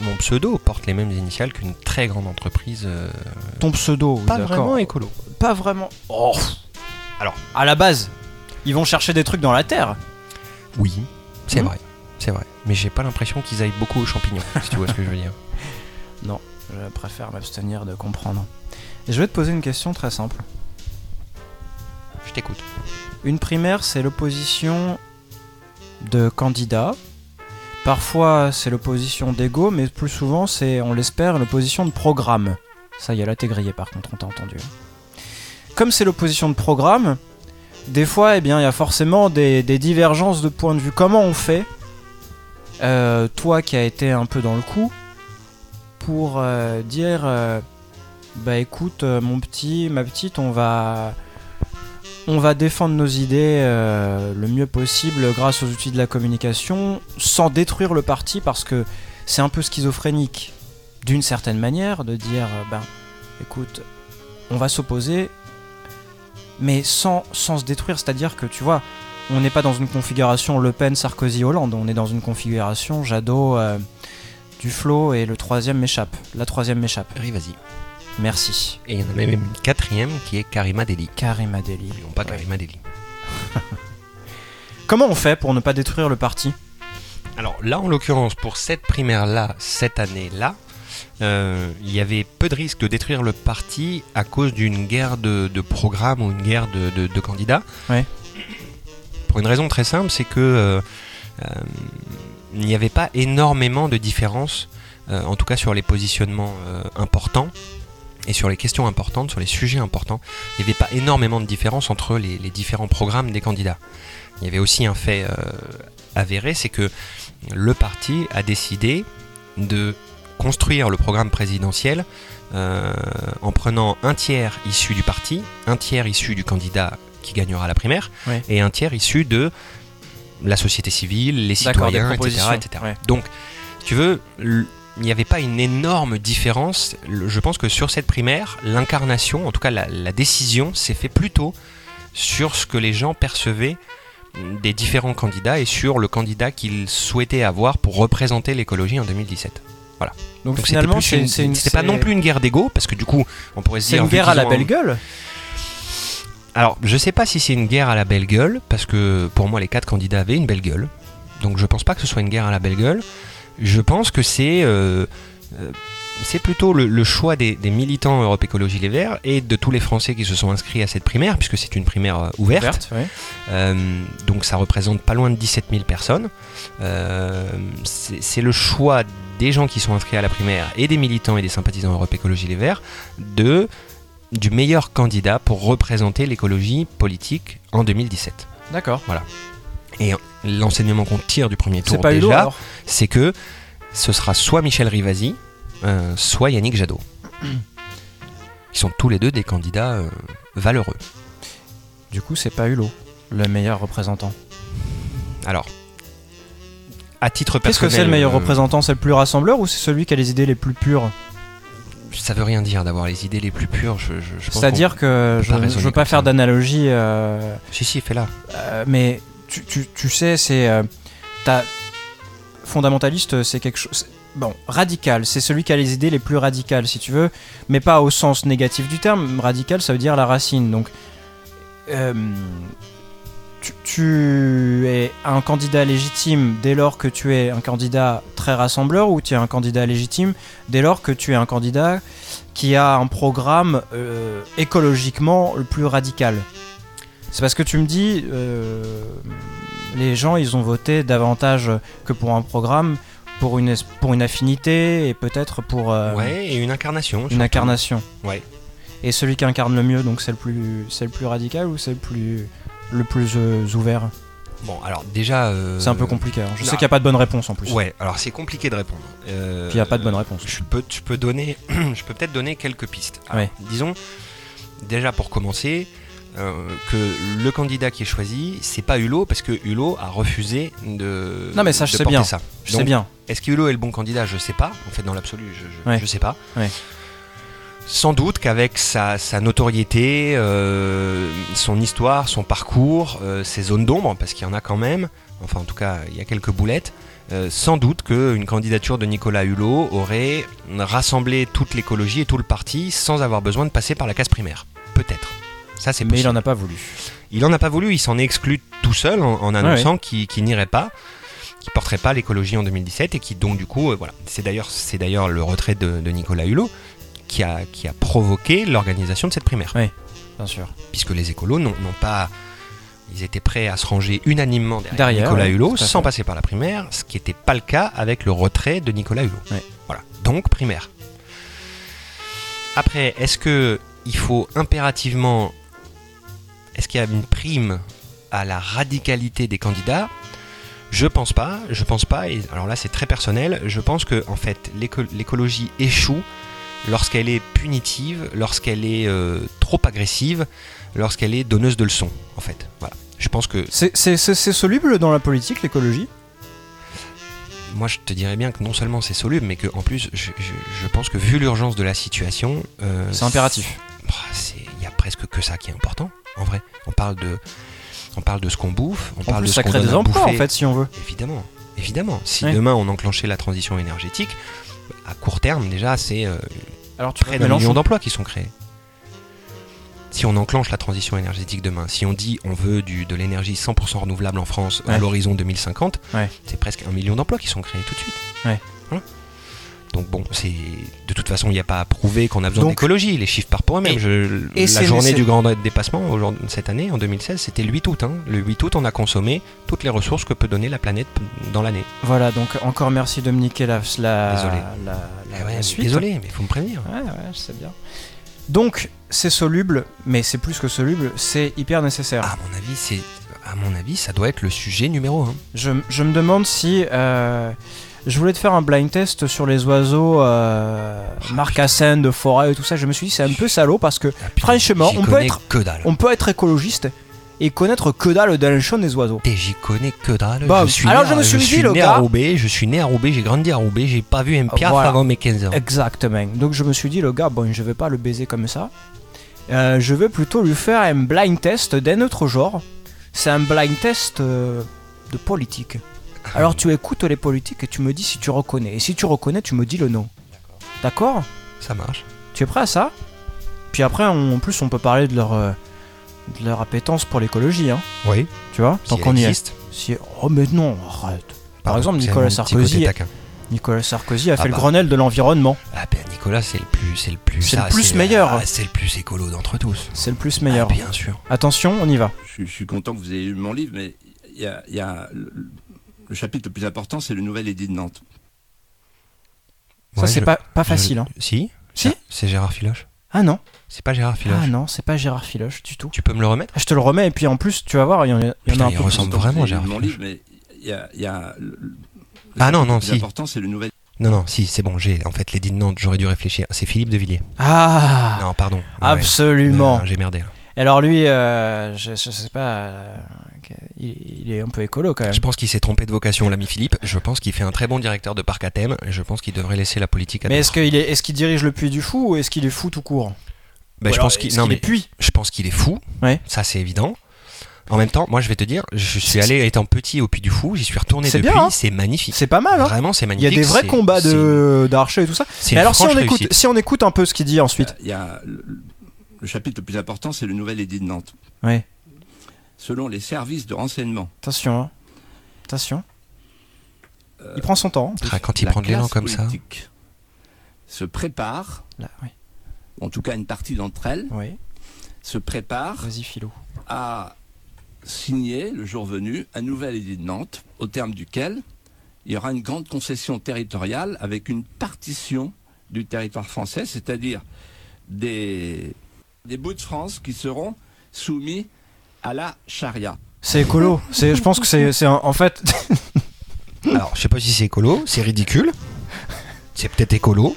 B: Mon pseudo porte les mêmes initiales qu'une très grande entreprise. euh,
A: Ton pseudo, oui,
B: pas
A: d'accord.
B: vraiment écolo.
A: Pas vraiment. Oh.
B: Alors.
A: à la base, ils vont chercher des trucs dans la terre.
B: Oui, c'est
A: Mhm.
B: vrai. C'est vrai. Mais j'ai pas l'impression qu'ils aillent beaucoup aux champignons, si tu vois ce que je veux dire.
A: Je préfère m'abstenir de comprendre. Et je vais te poser une question très simple.
B: Je t'écoute.
A: Une primaire, c'est l'opposition de candidats. Parfois, c'est l'opposition d'ego, mais plus souvent, c'est, on l'espère, l'opposition de programme. Ça y est, là, t'es grillé, par contre, on t'a entendu. Comme c'est l'opposition de programme, des fois, eh bien, il y a forcément des, des divergences de points de vue. Comment on fait, euh, toi qui as été un peu dans le coup, pour euh, dire, euh, bah écoute, euh, mon petit, ma petite, on va, on va défendre nos idées euh, le mieux possible grâce aux outils de la communication, sans détruire le parti, parce que c'est un peu schizophrénique, d'une certaine manière, de dire, euh, ben, écoute, on va s'opposer, mais sans, sans se détruire, c'est-à-dire que, tu vois, on n'est pas dans une configuration Le Pen, Sarkozy, Hollande, on est dans une configuration Jadot, euh, Duflo, et le troisième m'échappe. La troisième m'échappe.
B: Allez, vas-y.
A: Merci.
B: Et il y en a même une quatrième qui est Karima Deli.
A: Karim Adeli.
B: N'oublions pas Karima Deli.
A: Comment on fait pour ne pas détruire le parti
B: Alors là, en l'occurrence, pour cette primaire-là, cette année-là, euh, il y avait peu de risque de détruire le parti à cause d'une guerre de, de programme ou une guerre de, de- de candidats.
A: Ouais.
B: Pour une raison très simple, c'est que euh, euh, il n'y avait pas énormément de différences, euh, en tout cas sur les positionnements euh, importants et sur les questions importantes, sur les sujets importants. Il n'y avait pas énormément de différences entre les, les différents programmes des candidats. Il y avait aussi un fait euh, avéré, c'est que le parti a décidé de construire le programme présidentiel euh, en prenant un tiers issu du parti, un tiers issu du candidat qui gagnera la primaire,
A: Ouais.
B: et un tiers issu de la société civile, les
A: D'accord, des
B: citoyens, etc.
A: propositions,
B: etc.
A: ouais.
B: Donc, si tu veux, l- il n'y avait pas une énorme différence. Le- Je pense que sur cette primaire, l'incarnation, en tout cas la, la décision, s'est fait plutôt sur ce que les gens percevaient des différents candidats et sur le candidat qu'ils souhaitaient avoir pour représenter l'écologie en 2017.
A: Donc,
B: Donc c'était
A: finalement,
B: plus
A: c'est
B: une-
A: c'est une-
B: c'était pas non plus une guerre d'ego parce que du coup on pourrait se
A: C'est
B: dire
A: une
B: vu
A: guerre à
B: qu'ils
A: la
B: ont-
A: belle gueule
B: Alors je sais pas si c'est une guerre à la belle gueule parce que pour moi les quatre candidats avaient une belle gueule donc je pense pas que ce soit une guerre à la belle gueule. Je pense que c'est euh, euh, c'est plutôt le, le choix des, des militants Europe Écologie Les Verts et de tous les Français qui se sont inscrits à cette primaire, puisque c'est une primaire euh, ouverte.
A: Verte, oui.
B: Euh, donc ça représente pas loin de 17 000 personnes. Euh, c'est c'est le choix des gens qui sont inscrits à la primaire et des militants et des sympathisants Europe Écologie Les Verts de, du meilleur candidat pour représenter l'écologie politique en 2017.
A: D'accord.
B: L'enseignement qu'on tire du premier
A: C'est
B: tour
A: pas Hulot
B: déjà,
A: alors
B: c'est que ce sera soit Michel Rivasi, euh, soit
A: [CLEARS THROAT]
B: Yannick Jadot. Ils sont tous les deux des candidats euh, valeureux.
A: Du coup, c'est pas Hulot, le meilleur représentant.
B: Alors, à titre personnel...
A: Qu'est-ce que c'est le meilleur
B: euh,
A: représentant C'est le plus rassembleur ou c'est celui qui a les idées les plus pures
B: ça veut rien dire d'avoir les idées les plus pures. Je, je, je pense
A: C'est-à-dire que
B: peut
A: je
B: pas
A: ne
B: raisonner
A: veux pas
B: comme
A: faire
B: ça.
A: d'analogie, euh,
B: qu'on- Si, si, fais-la.
A: euh, mais tu, tu- tu sais, c'est. euh, t'as- fondamentaliste, c'est quelque chose. c'est- Bon, radical, c'est celui qui a les idées les plus radicales, si tu veux, mais pas au sens négatif du terme. Radical, ça veut dire la racine. Donc, euh, tu, tu es un candidat légitime dès lors que tu es un candidat très rassembleur ou tu es un candidat légitime dès lors que tu es un candidat qui a un programme euh, écologiquement le plus radical. C'est parce que tu me dis, euh, les gens, ils ont voté davantage que pour un programme, pour une, es- pour une affinité et peut-être pour euh,
B: ouais, et une incarnation.
A: une
B: surtout.
A: incarnation.
B: Ouais.
A: Et celui qui incarne le mieux, donc c'est le plus, c'est le plus radical ou c'est le plus, le plus euh, ouvert
B: Bon, alors déjà. euh,
A: C'est un peu compliqué. hein. Je sais
B: non.
A: qu'il n'y a pas de bonne réponse en plus.
B: Ouais, alors c'est compliqué de répondre. Euh,
A: Puis il n'y a pas de bonne réponse.
B: Je peux, je peux donner, [CLEARS THROAT] je peux peut-être donner quelques pistes. Alors,
A: Ouais.
B: Disons, déjà pour commencer, euh, que le candidat qui est choisi, c'est pas Hulot parce que Hulot a refusé de.
A: Non, mais ça,
B: de
A: je sais
B: porter
A: bien.
B: Ça.
A: Je
B: Donc,
A: sais bien.
B: Est-ce que Hulot est le bon candidat Je sais pas. En fait, dans l'absolu, je, je,
A: Ouais.
B: je sais pas.
A: Ouais.
B: Sans doute qu'avec sa, sa notoriété, euh, son histoire, son parcours, euh, ses zones d'ombre, parce qu'il y en a quand même, enfin en tout cas il y a quelques boulettes, euh, sans doute qu'une candidature de Nicolas Hulot aurait rassemblé toute l'écologie et tout le parti sans avoir besoin de passer par la case primaire. Peut-être. Ça c'est
A: Mais
B: possible.
A: il n'en a pas voulu.
B: Il en a pas voulu, il s'en est exclu tout seul en, en annonçant qu'il qu'il n'irait pas, qu'il porterait pas l'écologie en 2017 et qui donc du coup, euh, voilà, c'est d'ailleurs c'est d'ailleurs le retrait de, de Nicolas Hulot qui a qui a provoqué l'organisation de cette primaire,
A: Bien sûr.
B: puisque les écolos n'ont n'ont pas ils étaient prêts à se ranger unanimement derrière,
A: Derrière,
B: Nicolas
A: ouais,
B: Hulot
A: tout à
B: sans
A: fait.
B: passer par la primaire, ce qui n'était pas le cas avec le retrait de Nicolas Hulot.
A: Ouais.
B: Voilà, donc primaire. Après, est-ce que il faut impérativement est-ce qu'il y a une prime à la radicalité des candidats Je pense pas, je pense pas, et alors là c'est très personnel, je pense que en fait l'éco- l'écologie échoue lorsqu'elle est punitive, lorsqu'elle est euh, trop agressive, lorsqu'elle est donneuse de leçons, en fait. Voilà. Je pense que
A: C'est c'est- c'est- c'est soluble dans la politique, l'écologie
B: moi je te dirais bien que non seulement c'est soluble, mais que en plus je, je- je pense que vu l'urgence de la situation, euh,
A: C'est impératif.
B: Bah, c'est- Il y a presque que ça qui est important, en vrai. On parle de, on parle de ce qu'on bouffe, on
A: En
B: parle
A: plus,
B: de ce
A: ça
B: qu'on
A: crée
B: donne
A: des
B: à
A: emplois, en
B: bouffer.
A: fait, si on veut.
B: Évidemment, évidemment. Si
A: Ouais.
B: demain on enclenchait la transition énergétique, à court terme déjà c'est euh,
A: Alors, tu
B: près d'un
A: mélanges
B: million d'emplois qui sont créés. Si on enclenche la transition énergétique demain, si on dit on veut du, de l'énergie 100% renouvelable en France à
A: Ouais.
B: l'horizon 2050,
A: Ouais.
B: c'est presque un million d'emplois qui sont créés tout de suite.
A: Ouais.
B: Voilà. Donc bon, c'est de toute façon il n'y a pas à prouver qu'on a besoin
A: Donc-
B: d'écologie. Les chiffres parlent pour eux-mêmes.
A: Et-
B: Je-
A: et
B: La
A: c'est-
B: journée
A: c'est-
B: du grand dépassement aujourd'hui- cette année en 2016, c'était le 8 août. hein. Le 8 août, on a consommé toutes les ressources que peut donner la planète dans l'année.
A: Voilà, donc encore merci de me niquer la, la,
B: Désolé.
A: la, la-
B: Eh ouais,
A: la
B: mais
A: suite.
B: désolé, mais faut me prévenir.
A: Ouais, ouais, je sais bien. Donc, c'est soluble, mais c'est plus que soluble, c'est hyper nécessaire.
B: Ah, à mon avis, c'est à mon avis, ça doit être le sujet numéro 1.
A: Je, je me demande si. euh, je voulais te faire un blind test sur les oiseaux euh, marcassins de forêt et tout ça. Je me suis dit, c'est un peu salaud parce que Franchement,
B: J'y
A: on peut
B: connais
A: être-
B: que dalle.
A: on peut être écologiste et connaître que dalle dans le champ des oiseaux.
B: Et J'y connais que dalle.
A: Bon,
B: je suis
A: Bah, alors
B: né,
A: je me suis dit, le
B: né
A: gars- Ah,
B: à Roubaix, je suis né à Roubaix, j'ai grandi à Roubaix, j'ai pas vu un piaf
A: Voilà. Eh,
B: avant mes 15 ans.
A: Exactement. Donc je me suis dit, le gars, bon, je vais pas le baiser comme ça. Euh, je vais plutôt lui faire un blind test d'un autre genre. C'est un blind test euh, de politique. Alors tu écoutes les politiques et tu me dis si tu reconnais. Et si tu reconnais, tu me dis le nom. D'accord
B: Ça marche.
A: Tu es prêt à ça Puis après, on- en plus, on peut parler de leur, euh, de leur appétence pour l'écologie, hein,
B: Oui.
A: tu vois Tant
B: si
A: qu'on
B: elle
A: y est.
B: existe.
A: Si... Oh mais non, arrête. Par
B: Pardon,
A: exemple,
B: c'est
A: Nicolas
B: mon petit côté
A: Sarkozy,
B: taquin.
A: Nicolas Sarkozy a fait
B: Ah
A: le
B: bah.
A: Grenelle de l'environnement.
B: Ah ben Nicolas, c'est le plus, c'est le plus,
A: C'est le
B: ça,
A: plus meilleur.
B: ah, c'est le plus écolo d'entre tous.
A: C'est le plus meilleur.
B: Ah, bien sûr.
A: Attention, on y va.
E: Je, je suis content que vous ayez eu mon livre, mais il y a, il y a le, le chapitre le plus important, c'est le nouvel édit de Nantes.
A: Ça,
B: Ouais,
A: c'est
B: je-
A: pas, pas
B: je-
A: facile. hein.
B: Si.
A: Si.
B: Ah, C'est Gérard Filoche.
A: Ah non.
B: C'est pas Gérard Filoche.
A: Ah non, c'est pas Gérard Filoche du tout.
B: Tu peux me le remettre
A: Ah, je te le remets et puis en plus, tu vas voir, il y en a, il y en a
B: Putain,
A: un peu.
B: il
E: Je suis
B: ressemble
E: content que
B: vraiment à
E: vous ayez eu
B: Gérard
E: mon
B: Filoche.
E: livre, mais il y a, il y a le, le
B: Ah non, non,
E: plus
B: si.
E: important, c'est le nouvel.
B: Non, non, si, c'est bon, j'ai. En fait, l'édit de Nantes, j'aurais dû réfléchir. C'est Philippe de Villiers.
A: Ah
B: Non, pardon. Ouais.
A: Absolument.
B: Non, J'ai merdé.
A: Alors lui, euh, je, je sais pas, euh, il, il est un peu écolo quand même.
B: Je pense qu'il s'est trompé de vocation, l'ami Philippe. Je pense qu'il fait un très bon directeur de parc à thème. Et je pense qu'il devrait laisser la politique à
A: Mais est-ce
B: d'autres.
A: qu'il est, est-ce qu'il dirige le puits du fou ou est-ce qu'il est fou tout court
B: Bah,
A: Ou
B: je
A: alors,
B: pense qu'il.
A: est-ce
B: Non, mais
A: est puits
B: je pense qu'il est fou.
A: Ouais.
B: Ça, c'est évident. En même temps, moi, je vais te dire, je suis allé étant petit au Puy du Fou. J'y suis retourné
A: C'est
B: depuis.
A: bien, hein
B: c'est magnifique.
A: C'est pas mal, hein
B: Vraiment, c'est
A: Il y a
B: magnifique.
A: des vrais
B: c'est-
A: combats de d'archers et tout ça.
B: c'est- c'est
A: Mais
B: une
A: alors si
B: franche
A: on écoute, [LAUGHS]
B: réussite.
A: si on écoute un peu ce qu'il dit ensuite.
E: Il y a le, le chapitre le plus important, c'est le nouvel édit de Nantes.
A: Ouais.
E: Selon les services de renseignement,
A: Attention, hein. attention. Il prend son temps. hein.
B: Ah, quand il
E: la
B: prend de l'élan
E: classe
B: comme ça.
E: politique se prépare,
A: Là, oui.
E: en tout cas une partie d'entre elles,
A: Oui.
E: se prépare
A: Vas-y, Philo.
E: a signé, le jour venu, un nouvel édit de Nantes, au terme duquel il y aura une grande concession territoriale avec une partition du territoire français, c'est-à-dire des, des bouts de France qui seront soumis à la charia.
A: C'est
B: [LAUGHS]
A: écolo. C'est, je pense que c'est, c'est un- en fait,
B: Alors, je sais pas si c'est écolo, c'est ridicule. C'est peut-être écolo.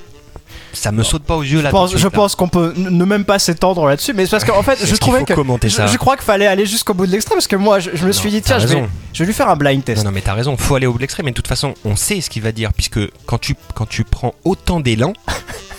B: Ça me saute pas aux yeux là.
A: je pense,
B: tout de
A: je
B: suite, là.
A: pense qu'on peut n- ne même pas s'étendre là-dessus. Mais c'est parce qu'en fait,
B: Est-ce
A: je
B: qu'il
A: trouvais
B: faut
A: que
B: commenter
A: je,
B: ça
A: je crois qu'il fallait aller jusqu'au bout de l'extrême parce que moi, je, je me suis
B: Non,
A: dit
B: t'as
A: tiens, je vais,
B: raison.
A: je vais lui faire un blind test.
B: Non, non, mais t'as raison, faut aller au bout de l'extrême. Mais de toute façon, on sait ce qu'il va dire, puisque quand tu, quand tu prends
A: [LAUGHS]
B: autant d'élan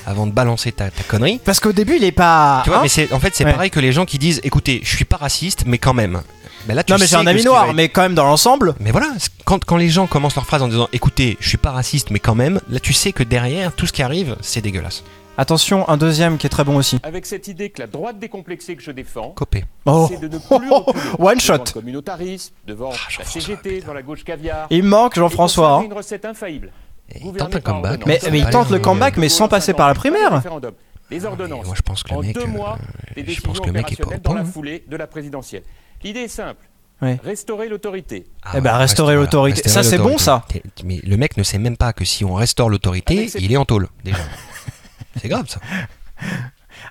B: avant de balancer ta, ta connerie.
A: Parce qu'au début, il est pas.
B: Tu vois,
A: hein
B: mais c'est, en fait, c'est
A: Ouais.
B: pareil que les gens qui disent écoutez, je suis pas raciste, mais quand même. Ben là, tu
A: non, mais
B: sais
A: j'ai un
B: que
A: ami
B: ce qui va
A: noir,
B: être-
A: mais quand même dans l'ensemble.
B: Mais voilà, c'est- quand, quand les gens commencent leur phrase en disant écoutez, je suis pas raciste, mais quand même, là, tu sais que derrière, tout ce qui arrive, c'est dégueulasse.
A: Attention, un deuxième qui est très bon aussi.
F: avec cette idée que la droite décomplexée que je défends,
B: Copé.
A: Oh,
F: c'est de ne
B: [LAUGHS]
F: plus reculer
A: one
F: devant
A: shot.
F: le communautarisme, devant
B: Ah,
F: la
B: Jean-François,
F: CGT,
B: putain.
F: devant la gauche caviar.
A: Il me manque Jean-François.
F: conserver
A: hein.
F: une recette infaillible.
B: Et Il
F: Gouverner
B: tente un
F: par
B: comeback.
F: ordonnance.
A: Mais,
B: c'est
A: mais il
B: pas
A: tente le
B: les-
A: comeback, mais sans passer par la primaire.
F: Référendum. Les
B: Ah, Mais
F: ordonnances.
B: Moi, je pense que le
F: en
B: mec.
F: deux
B: euh,
F: mois, des
B: je
F: décisions
B: pense que le mec est pas au
F: opérationnelles dans
B: point.
F: la
B: hein.
F: foulée de la présidentielle. L'idée est simple.
A: Ouais.
F: Restaurer l'autorité.
B: Ah
A: Eh ben,
B: ouais,
A: restaurer
B: restaure-
A: l'autorité.
B: restaurer
A: Ça, c'est bon,
B: l'autorité.
A: ça.
B: T'es- Mais le mec ne sait même pas que si on restaure l'autorité,
G: Ah,
F: Avec ses-
B: il est en tôle, déjà.
G: [LAUGHS]
B: c'est grave, ça.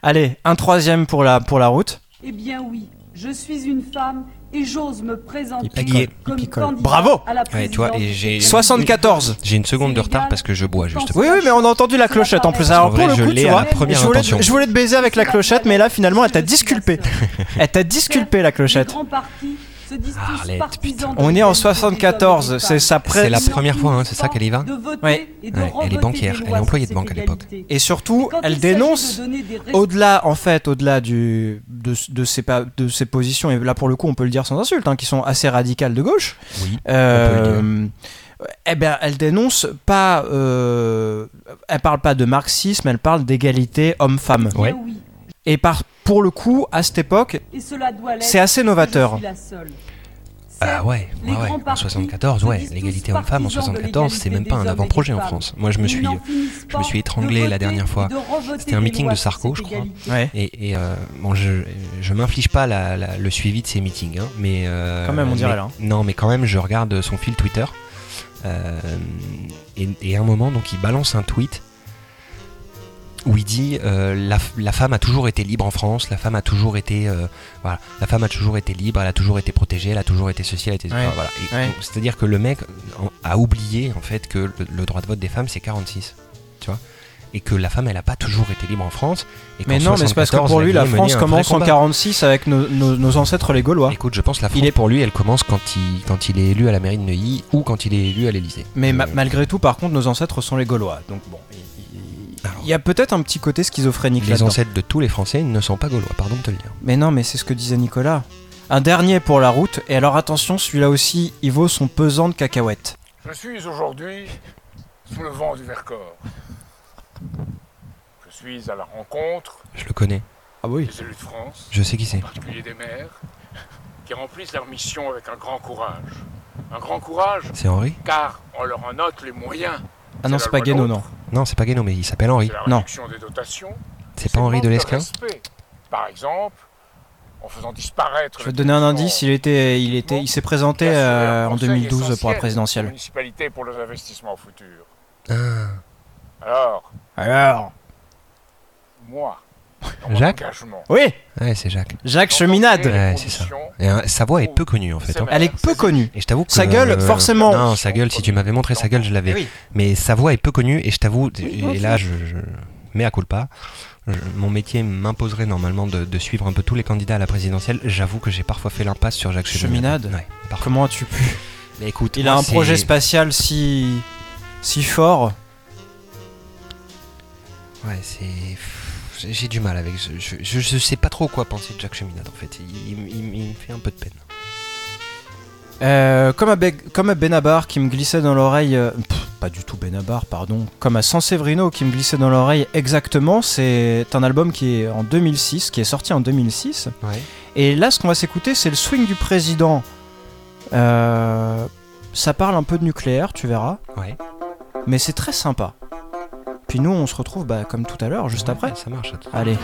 A: Allez, un troisième pour la, pour la route.
G: Eh bien oui, je suis une femme et j'ose me présenter
B: Il picole,
A: il
G: comme
A: picole.
G: candidate
A: Bravo
G: à la
B: Ouais, tu vois, et
G: présidence.
B: j'ai-
G: Soit-
A: 74.
B: J'ai une seconde de
G: C'est
B: retard
G: légal.
B: parce que je bois, justement.
A: Oui, oui, mais on a entendu la clochette en plus. Alors,
B: En vrai,
A: pour le
B: je
A: coup,
B: l'ai
A: tu
B: à
A: vois,
B: la première
A: je voulais,
B: intention.
A: je voulais te baiser avec la clochette, mais là, finalement, elle t'a
B: [LAUGHS]
A: disculpé. Elle t'a disculpé, la
G: Les
A: clochette.
G: grands partis se disent tous
B: Arlette,
G: partisans
B: putain.
G: de
A: On est en
G: l'égalité des hommes et des
A: 74,
G: femmes.
A: c'est sa pré-
B: C'est la
G: Ils n'en
B: première fois, hein,
G: finissent
B: c'est ça
G: pas
B: qu'elle y va
G: de voter
A: Ouais.
G: et de
B: Ouais, elle est
G: revoter des
B: bancaire, elle est
G: lois sur
B: employée de
G: cette
B: banque à l'époque.
G: égalité.
A: Et surtout,
G: Quand il
A: elle
G: s'agit de
A: dénonce
G: donner des raisons-
A: Au-delà, en fait, au-delà du, de, de, ses, pa- de ses positions, et là pour le coup on peut le dire sans insulte, hein, qui sont assez radicales de gauche,
B: Oui.
A: euh, eh ben, elle dénonce pas. euh, elle parle pas de marxisme, elle parle d'égalité homme-femme.
G: Eh
B: Ouais.
G: oui,
A: Et par, pour le coup, à cette époque,
G: et cela doit l'être,
A: c'est assez
G: je
A: novateur.
G: suis la seule.
B: Ah ouais,
G: Les
B: ouais, ouais.
G: grands
B: En
G: partis
B: 74,
G: se
B: ouais.
G: disent tous
B: L'égalité homme-femme en
G: partisans de
B: 74, c'est même pas un
G: l'égalité des
B: avant-projet
G: hommes
B: en
G: et des
B: France. Moi, je me
G: Ils
B: suis.
G: n'en finissent
B: je me
G: pas
B: suis
G: de
B: étranglé la
G: voter
B: dernière fois.
G: et de revoter
B: C'était un
G: des
B: meeting
G: lois
B: de
G: sur
B: Sarko,
G: cette
B: je crois.
G: égalité.
A: Ouais.
B: Et, et, euh, bon, je, je m'inflige pas la- la- le suivi de ces meetings, hein, mais euh,
A: Quand même, on dirait,
B: mais-
A: là, hein.
B: Non, mais quand même, je regarde son fil Twitter. euh, et, et à un moment, donc, il balance un tweet où il dit euh, la, f- la femme a toujours été libre en France, la femme a toujours été euh, voilà, la femme a toujours été libre, elle a toujours été protégée, elle a toujours été ceci, elle a été
A: Ouais.
B: voilà. Et
A: Ouais.
B: donc, C'est-à-dire que le mec en- a oublié en fait que le, le droit de vote des femmes c'est 46, tu vois, et que la femme elle a pas toujours été libre en France. Et qu'en
A: Mais non, mais c'est parce que
B: 74,
A: pour lui, la
B: elle menait
A: France
B: un vrai
A: commence en
B: combat.
A: 46 avec nos, nos- nos ancêtres les Gaulois.
B: Écoute, je pense que la France
A: Il est-
B: pour lui, elle commence quand il, quand il est élu à la mairie de Neuilly ou quand il est élu à Euh, l'Elysée.
A: Mais ma- malgré tout, par contre, nos ancêtres sont les Gaulois. Donc bon, il- il-
B: Alors.
A: il y a peut-être un petit côté schizophrénique
B: les
A: là-dedans.
B: ancêtres de tous les Français ne sont pas gaulois, pardon de te le dire.
A: Mais non, mais c'est ce que disait Nicolas. Un dernier pour la route, et alors attention, celui-là aussi, il vaut son pesant de cacahuètes.
H: Je suis aujourd'hui sous le vent du Vercors. Je suis à la rencontre
B: Je le connais,
A: Ah oui
H: des élus de France,
B: je sais qui
H: en
B: c'est.
H: particulier des maires, qui remplissent leur mission avec un grand courage. Un grand courage
B: C'est Henri
H: car on leur en note les moyens.
A: Ah non, c'est
H: C'est la
A: pas
H: loi
A: Guénon,
H: Nôtre.
A: non.
B: Non, c'est pas Guénon, mais il s'appelle Henri.
H: C'est la
A: Non.
H: réduction des dotations.
B: C'est
H: C'est
B: pas Henri
H: manque
B: de l'Esclin
H: respect. Par exemple, en faisant disparaître.
A: Je vais te donner un indice, il, était, il, était, il s'est présenté euh, en 2012 pour la
H: La
A: présidentielle.
H: municipalité pour les investissements futurs.
B: Ah.
H: Alors,
A: Alors
H: moi, dans mon
B: Jacques
H: engagement,
A: Oui
B: Ouais, c'est Jacques.
A: Jacques
H: J'entends
A: Cheminade
H: créer les
B: Ouais, c'est ça.
H: conditions-
B: Et, euh, sa voix est peu connue en fait. hein.
H: C'est
A: Elle est peu connue.
B: Et je t'avoue que euh,
A: Sa gueule, forcément.
B: Non, sa gueule. Si tu m'avais montré sa gueule, je l'avais.
A: oui.
B: Mais sa voix est peu connue et je t'avoue, et là je, je mets à culpa. Je- mon métier m'imposerait normalement de, de suivre un peu tous les candidats à la présidentielle. J'avoue que j'ai parfois fait l'impasse sur Jacques Cheminade.
A: Cheminade
B: Ouais, parfois.
A: Comment as-tu pu
B: Mais écoute,
A: Il a
B: moi,
A: un
B: c'est-
A: projet spatial si, si fort.
B: Ouais, c'est. pff, j'ai- J'ai du mal avec. Je, je, je- je sais pas trop quoi penser de Jacques Cheminade en fait. Il, il- il- il me fait un peu de peine.
A: Euh, comme, à Beg- comme à Benabar qui me glissait dans l'oreille. euh, pff, pas du tout Benabar, pardon. Comme à Sanseverino qui me glissait dans l'oreille exactement. C'est un album qui est en 2006, qui est sorti en 2006.
B: Ouais.
A: Et là, ce qu'on va s'écouter, c'est le swing du président. Euh, ça parle un peu de nucléaire, tu verras.
B: Ouais.
A: Mais c'est très sympa. Puis nous, on se retrouve bah, comme tout à l'heure, juste après.
B: Ça marche. attends.
A: Allez.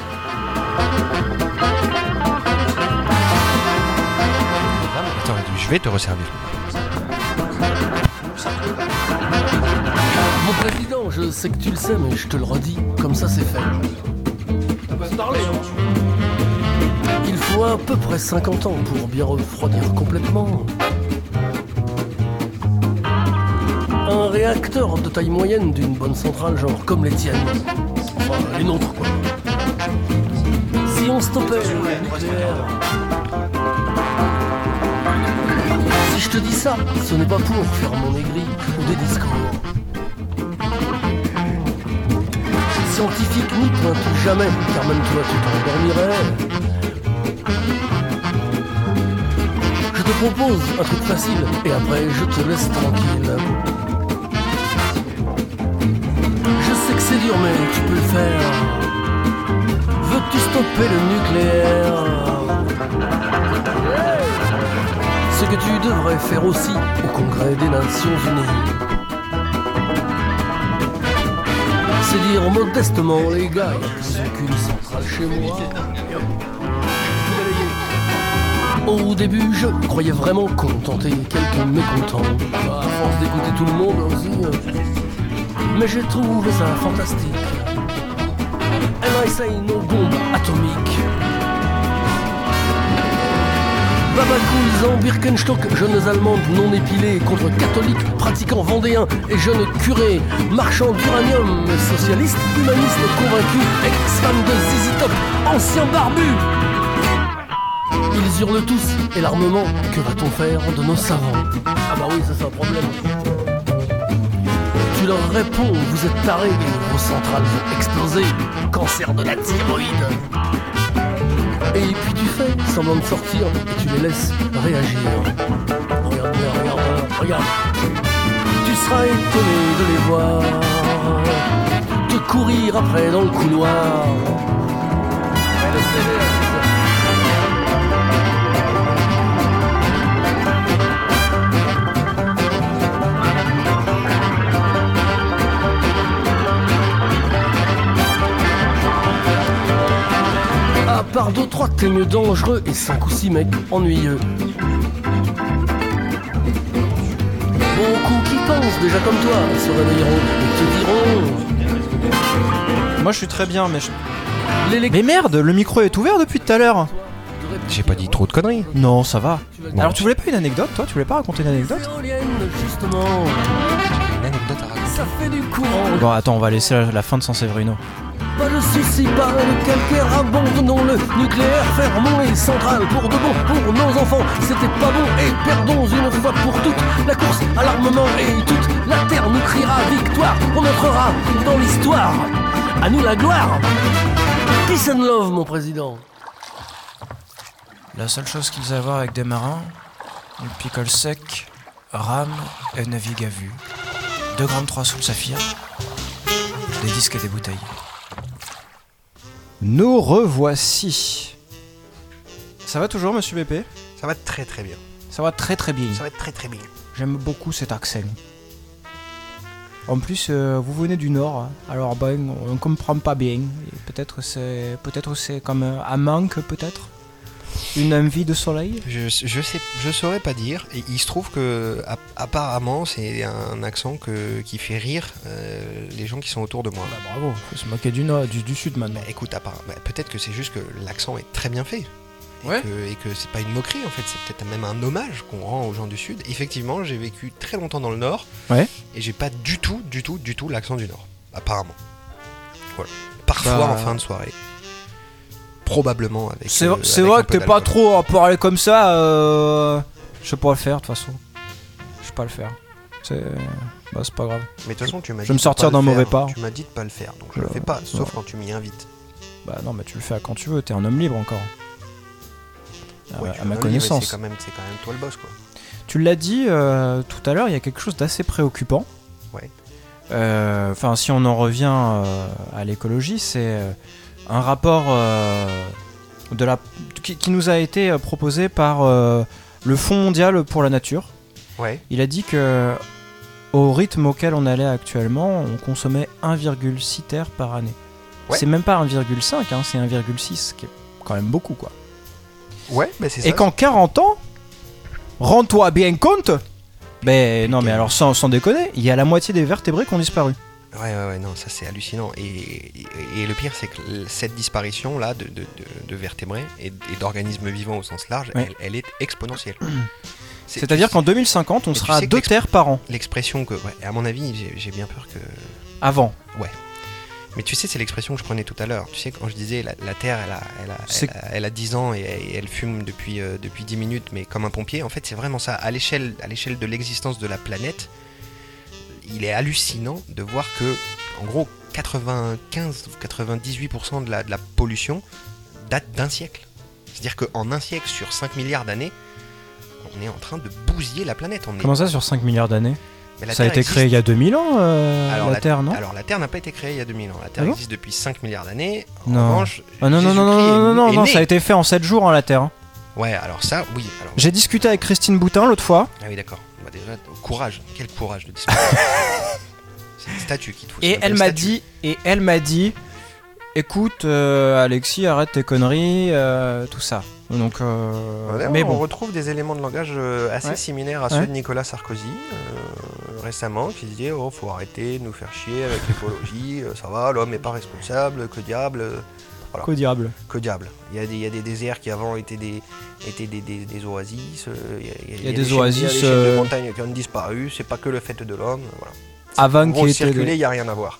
B: Attends, je vais te resservir.
I: Mon président, je sais que tu le sais, mais je te le redis, comme ça c'est fait. Il faut à peu près 50 ans pour bien refroidir complètement. Un réacteur de taille moyenne d'une bonne centrale, genre comme les tiennes. Enfin, une autre, quoi. Si on stoppait le nucléaire, Si je te dis ça, ce n'est pas pour faire mon aigri ou des discours. Scientifique n'y pointe jamais, car même toi tu t'endormirais. Je te propose un truc facile, et après je te laisse tranquille. Je sais que c'est dur, mais tu peux le faire. Veux-tu stopper le nucléaire ce que tu devrais faire aussi au Congrès des Nations Unies. C'est dire modestement, les gars, il y a plus aucune centrale chez moi. Au début, je croyais vraiment contenter quelques mécontents. À force d'écouter tout le monde aussi. euh, Mais j'ai trouvé ça fantastique. And I say no bombes atomiques. Babacouls en Birkenstock, jeunes allemandes non épilées contre catholiques, pratiquants vendéens et jeunes curés, marchands d'uranium, socialistes, humanistes convaincus, ex-femmes de Zizi Top, anciens barbus. Ils hurlent tous, et l'armement, que va-t-on faire de nos savants Ah bah oui, ça c'est un problème. Tu leur réponds, vous êtes tarés, vos centrales vont exploser, cancer de la thyroïde. Et puis tu fais semblant de sortir et tu les laisses réagir. Regarde, regarde, regarde, regarde, regarde. Tu seras étonné de les voir te courir après dans le couloir. À part deux, trois mieux dangereux et cinq ou six mecs ennuyeux. Beaucoup qui pensent déjà comme toi se réveilleront et te diront
A: Moi, je suis très bien, mais je-
I: L'électeur
A: Mais merde, le micro est ouvert depuis tout à l'heure.
B: J'ai pas dit trop de conneries.
A: Non, ça va.
B: Bon.
A: Alors, tu voulais pas une anecdote, toi Tu voulais pas raconter une anecdote
I: Éolienne, justement,
B: J'ai une anecdote à raconter.
I: ça fait du courant.
A: Bon, attends, on va laisser la, la fin de San Severino.
I: Pas de soucis, pas de calcaire, abandonnons le nucléaire, fermons les centrales pour de bon pour nos enfants. C'était pas bon et perdons une fois pour toutes la course à l'armement et toute la terre nous criera victoire. On entrera dans l'histoire. À nous la gloire. Peace and love, mon président.
A: La seule chose qu'ils avaient avec des marins, ils picolent sec, rame et navigue à vue. 2 grammes 3 sous le saphir, des disques et des bouteilles. Nous revoici. Ça va toujours, monsieur BP
B: Ça va très très bien.
A: Ça va très très bien.
B: va très très bien.
A: J'aime beaucoup cet accent. En plus, euh, vous venez du Nord, hein. alors ben, on ne comprend pas bien. Et Peut-être c'est peut-être c'est comme euh, un manque, peut-être Une envie de soleil
B: Je, je sais, je saurais pas dire. Et il se trouve que app- apparemment c'est un accent que, qui fait rire euh, les gens qui sont autour de moi.
A: Bah bravo, faut se moquer du Nord, du, du Sud maintenant.
B: Bah, écoute, apparemment, bah, peut-être que c'est juste que l'accent est très bien fait. Et,
A: Ouais.
B: que, et que c'est pas une moquerie en fait, c'est peut-être même un hommage qu'on rend aux gens du Sud. Effectivement, j'ai vécu très longtemps dans le Nord
A: Ouais.
B: et j'ai pas du tout, du tout, du tout l'accent du Nord, apparemment. Voilà. Parfois
A: Bah.
B: en fin de soirée. Probablement avec.
A: C'est
B: euh,
A: c'est
B: avec un
A: vrai que
B: peu
A: t'es pas
B: d'alcool.
A: trop à parler comme ça. euh, Je sais pas le faire de toute façon. Je sais pas le faire. C'est bah, c'est pas grave.
B: Mais de toute façon, tu m'as
A: Je
B: dit
A: vais me
B: de
A: sortir
B: pas
A: d'un
B: le faire.
A: mauvais pas.
B: Tu m'as dit de pas le faire, donc je le
A: Euh,
B: fais pas, sauf
A: ouais.
B: quand tu m'y invites.
A: Bah non, mais tu le fais à quand tu veux, t'es un homme libre encore. À-
B: Ouais, tu
A: Ah à ma
B: m'as dit, mais
A: connaissance.
B: C'est quand, même- c'est quand même toi le boss, quoi.
A: Tu l'as dit euh, tout à l'heure, il y a quelque chose d'assez préoccupant.
B: Ouais.
A: Euh, Enfin, si on en revient euh, à l'écologie, c'est euh, un rapport euh, de la, qui, qui nous a été euh, proposé par euh, le Fonds mondial pour la nature.
B: Ouais,
A: Il a dit que au rythme auquel on allait actuellement, on consommait 1,6 terres par année.
B: Ouais.
A: C'est même pas 1,5, hein, c'est 1,6, qui est quand même beaucoup quoi.
B: ouais, mais c'est ça.
A: Et qu'en 40 ans, rends-toi bien compte, ben non mais
B: Putain.
A: alors sans, sans déconner, il y a la moitié des vertébrés qui ont disparu.
B: Ouais, ouais, ouais, non, ça c'est hallucinant. Et, et- et le pire, c'est que l- cette disparition-là de, de- de- de vertébrés et, et d'organismes vivants au sens large,
A: Ouais.
B: elle, elle est
A: [CLEARS THROAT]
B: exponentielle. C'est-
A: C'est-à-dire
B: tu-
A: qu'en 2050, on
B: tu
A: sera à
B: sais que
A: 2
B: l'exp-
A: terres par an,
B: L'expression que, ouais, à mon avis, j'ai- j'ai bien peur que.
A: avant.
B: Mais tu sais, c'est l'expression que je prenais tout à l'heure. Tu sais, quand je disais la, la Terre, elle a, elle, a,
A: C'est-
B: elle, a, elle a 10 ans et, et elle fume depuis, euh, depuis 10 minutes, mais comme un pompier, en fait, c'est vraiment ça. À l'échelle à l'échelle de l'existence de la planète, il est hallucinant de voir que, en gros, 95 ou 98% de la, de la pollution date d'un siècle. C'est-à-dire qu'en un siècle, sur 5 milliards d'années, on est en train de bousiller la planète. On est...
A: Comment ça sur 5 milliards d'années
B: Mais la
A: Ça a
B: Terre
A: été
B: existe
A: créé il y a 2000 ans, euh,
B: alors,
A: la, Terre, non
B: Alors la Terre n'a pas été créée il y a 2000 ans. La Terre
A: Ah bon
B: existe depuis 5 milliards d'années. En
A: Non.
B: revanche,
A: Ah non, non, non, non,
B: Jésus-Christ
A: non,
B: est-
A: non, non,
B: est
A: non,
B: né.
A: ça a été fait en 7 jours, hein, la Terre.
B: Ouais, alors ça, oui. Alors...
A: J'ai discuté avec Christine Boutin l'autre fois,
B: Ah oui, d'accord. Bah, déjà, courage. Quel courage de disparaître.
A: [LAUGHS]
B: C'est une statue qui te fout. c'est
A: Et
B: même pas
A: elle
B: une
A: m'a
B: statue.
A: dit, et elle m'a dit, écoute euh, Alexis, arrête tes conneries, euh, tout ça. Donc, euh,
B: Ouais,
A: mais
B: on
A: bon,
B: retrouve des éléments de langage euh, assez
A: Ouais.
B: similaires à
A: Ouais.
B: ceux de Nicolas Sarkozy euh, récemment qui disait Oh, faut arrêter de nous faire chier avec l'écologie, euh, ça va, l'homme n'est pas responsable, que diable. euh,
A: qu'au diable.
B: que diable. Il y, a des, il y a des déserts qui avant étaient des, étaient des, des- des oasis. euh, il y a, il y a- il y a
A: des
B: chaînes- il y a
A: oasis,
B: des chaînes
A: euh,
B: de montagne qui ont disparu. C'est pas que le fait de l'homme. Voilà.
A: Avant
B: Gros
A: qu'il était.
B: circuler, il n'y a rien à voir.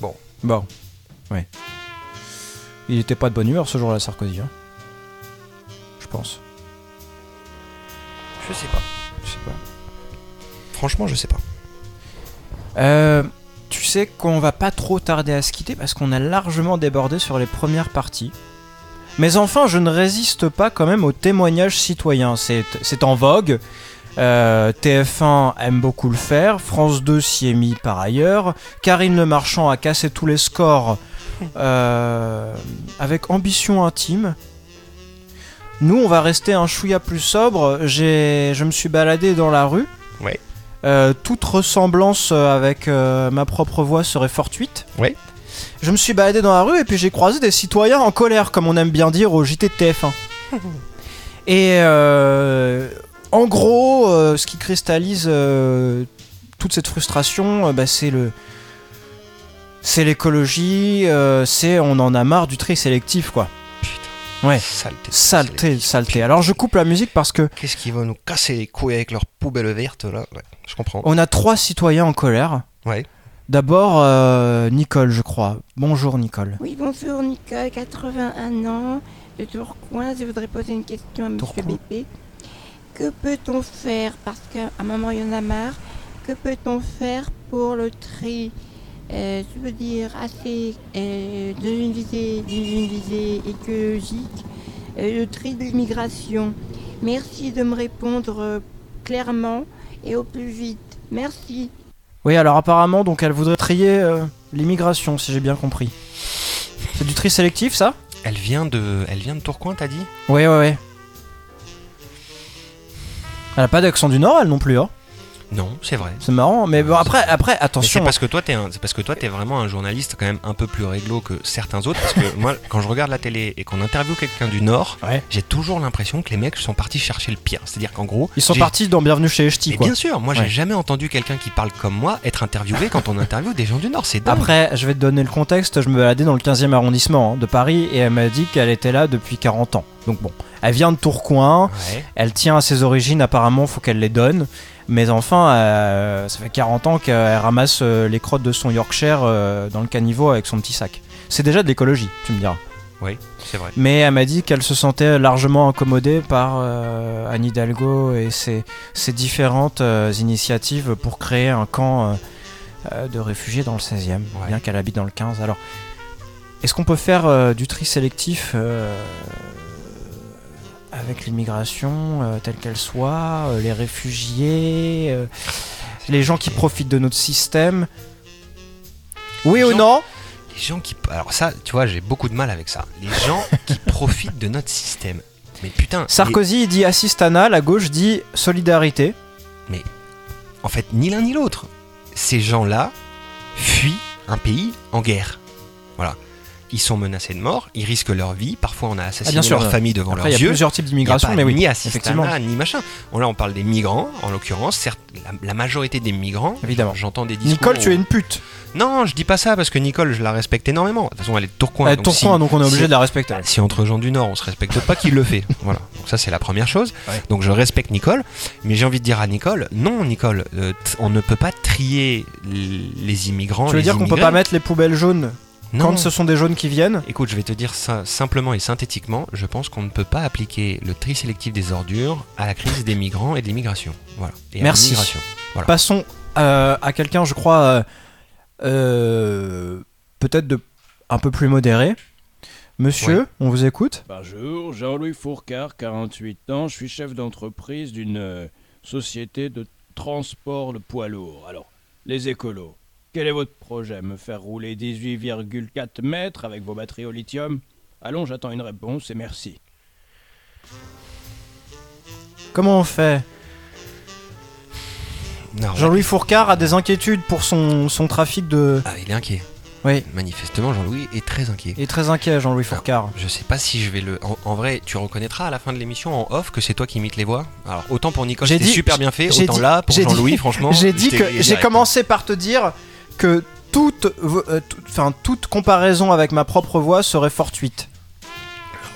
A: Bon, ouais. Il était pas de bonne humeur ce jour-là, Sarkozy. hein. Je pense.
B: Je sais pas.
A: Je sais pas.
B: Franchement, je sais pas.
A: Euh, tu sais qu'on va pas trop tarder à se quitter parce qu'on a largement débordé sur les premières parties. Mais enfin, je ne résiste pas quand même au témoignage citoyen. C'est c'est en vogue. Euh, TF1 aime beaucoup le faire. France 2 s'y est mis par ailleurs. Karine Le Marchand a cassé tous les scores euh, avec ambition intime. Nous, on va rester un chouïa plus sobre. J'ai- Je me suis baladé dans la rue. Euh, toute ressemblance euh, avec euh, ma propre voix serait fortuite.
B: Oui.
A: Je me suis baladé dans la rue et puis j'ai croisé des citoyens en colère, comme on aime bien dire au JT de TF1. et euh, en gros, euh, ce qui cristallise euh, toute cette frustration, euh, bah, c'est le. C'est l'écologie, euh, c'est on en a marre du tri sélectif quoi.
B: Putain.
A: Ouais.
B: Saleté.
A: Saleté, saleté. Alors je coupe la musique parce que
B: Qu'est-ce qu'ils vont nous casser les couilles avec leur poubelle verte là Ouais, Je comprends.
A: On a trois citoyens en colère.
B: Ouais.
A: D'abord, euh, Nicole, je crois. Bonjour, Nicole.
J: Oui, bonjour Nicole, 81 ans, de Tourcoing. Je voudrais poser une question à Monsieur
A: Tourcoing.
J: Bépé. Que peut-on faire, parce qu'à un moment il y en a marre, que peut-on faire pour le tri euh, Je veux dire, assez euh, dans une visée, dans une visée écologique, euh, le tri de l'immigration. Merci de me répondre euh, clairement et au plus vite. Merci.
A: Oui, alors apparemment, donc elle voudrait trier euh, l'immigration, si j'ai bien compris. C'est du tri sélectif, ça
B: Elle vient de, elle vient de Tourcoing, t'as dit
A: Oui, oui, oui. Elle a pas d'accent du Nord, elle non plus, hein
B: Non, c'est vrai.
A: C'est marrant, mais bon, après, après, attention. hein.
B: Mais C'est parce que toi, t'es un- c'est parce que toi, t'es vraiment un journaliste quand même un peu plus réglo que certains autres. Parce que [LAUGHS] moi, quand je regarde la télé et qu'on interviewe quelqu'un du Nord, j'ai toujours l'impression que les mecs sont partis chercher le pire. C'est-à-dire qu'en gros,
A: Ils sont
B: j'ai-
A: partis dans Bienvenue chez Echti,
B: Mais
A: quoi.
B: bien sûr, moi, j'ai
A: Ouais.
B: jamais entendu quelqu'un qui parle comme moi être interviewé quand on interviewe des gens du Nord. C'est dingue.
A: Après, je vais te donner le contexte. Je me baladais dans le 15e arrondissement hein, de Paris et elle m'a dit qu'elle était là depuis 40 ans. Donc bon, elle vient de Tourcoing.
B: Ouais.
A: Elle tient à ses origines. Apparemment, faut qu'elle les donne. Mais enfin, euh, ça fait 40 ans qu'elle ramasse euh, les crottes de son Yorkshire euh, dans le caniveau avec son petit sac. C'est déjà de l'écologie, tu me diras.
B: Oui, c'est
A: [LAUGHS]
B: vrai.
A: Mais elle m'a dit qu'elle se sentait largement incommodée par euh, Anne Hidalgo et ses, ses différentes euh, initiatives pour créer un camp euh, euh, de réfugiés dans le 16e, bien qu'elle habite dans le 15. Alors, est-ce qu'on peut faire euh, du tri sélectif euh, avec l'immigration euh, telle qu'elle soit, euh, les réfugiés, euh, les gens qui profitent de notre système Oui ou non
B: Les gens qui. Alors ça, tu vois, j'ai beaucoup de mal avec ça. Les gens qui profitent de notre système. Mais putain. les-
A: Sarkozy il dit assistana, la gauche dit solidarité.
B: Mais en fait, ni l'un ni l'autre. Ces gens-là fuient un pays en guerre. Voilà. Ils sont menacés de mort, ils risquent leur vie, parfois on a assassiné
A: Ah, bien sûr,
B: leur
A: ouais.
B: famille devant
A: Après,
B: leurs
A: il y a
B: yeux.
A: plusieurs types d'immigration,
B: Il y a
A: mais
B: pas
A: oui,
B: Ni Ah, assistanat,
A: effectivement.
B: ni machin. Bon, là, on parle des migrants, en l'occurrence, certes, la, la majorité des migrants. Évidemment. J'entends des discours.
A: Nicole, tu
B: où-
A: es une pute.
B: Non, je dis pas ça parce que Nicole, je la respecte énormément. De toute façon, elle est de Tourcoing.
A: Elle est de Tourcoing, donc on est obligé de la respecter.
B: Ah, Si entre gens du Nord, on se respecte pas, qui le fait Voilà. Donc ça, c'est la première chose. Donc je respecte Nicole, mais j'ai envie de dire à Nicole, non, Nicole, euh, t- on ne peut pas trier l- les immigrants.
A: Tu veux
B: les
A: dire qu'on peut
B: immigrés.
A: pas mettre les poubelles jaunes
B: Non.
A: quand ce sont des jaunes qui viennent
B: Écoute, je vais te dire ça simplement et synthétiquement. Je pense qu'on ne peut pas appliquer le tri sélectif des ordures à la crise des migrants et de l'immigration. Voilà. Et à
A: Merci.
B: l'immigration. Voilà.
A: Passons euh, à quelqu'un, je crois, euh, euh, peut-être de un peu plus modéré. Monsieur, on vous écoute.
K: Bonjour, Jean-Louis Fourcard, 48 ans, je suis chef d'entreprise d'une euh, société de transport de poids lourds. Alors, les écolos, quel est votre projet Me faire rouler 18,4 mètres avec vos batteries au lithium Allons, j'attends une réponse et merci.
A: Comment on fait
B: Non,
A: Jean-Louis Fourcard a des inquiétudes pour son, son trafic de.
B: Ah, il est inquiet.
A: Oui.
B: Manifestement, Jean-Louis est très inquiet.
A: Il est très inquiet, Jean-Louis Fourcard.
B: Je sais pas si je vais le. En, en vrai, tu reconnaîtras à la fin de l'émission en off que c'est toi qui imites les voix. Alors autant pour Nicole,
A: J'ai
B: c'était
A: dit
B: super bien fait.
A: j'ai
B: Autant
A: dit-
B: là pour
A: j'ai dit-
B: Jean-Louis,
A: [LAUGHS]
B: franchement.
A: J'ai dit
B: c'était
A: que j'ai
B: direct.
A: commencé par te dire que toute, vo- euh, tout- enfin toute comparaison avec ma propre voix serait fortuite.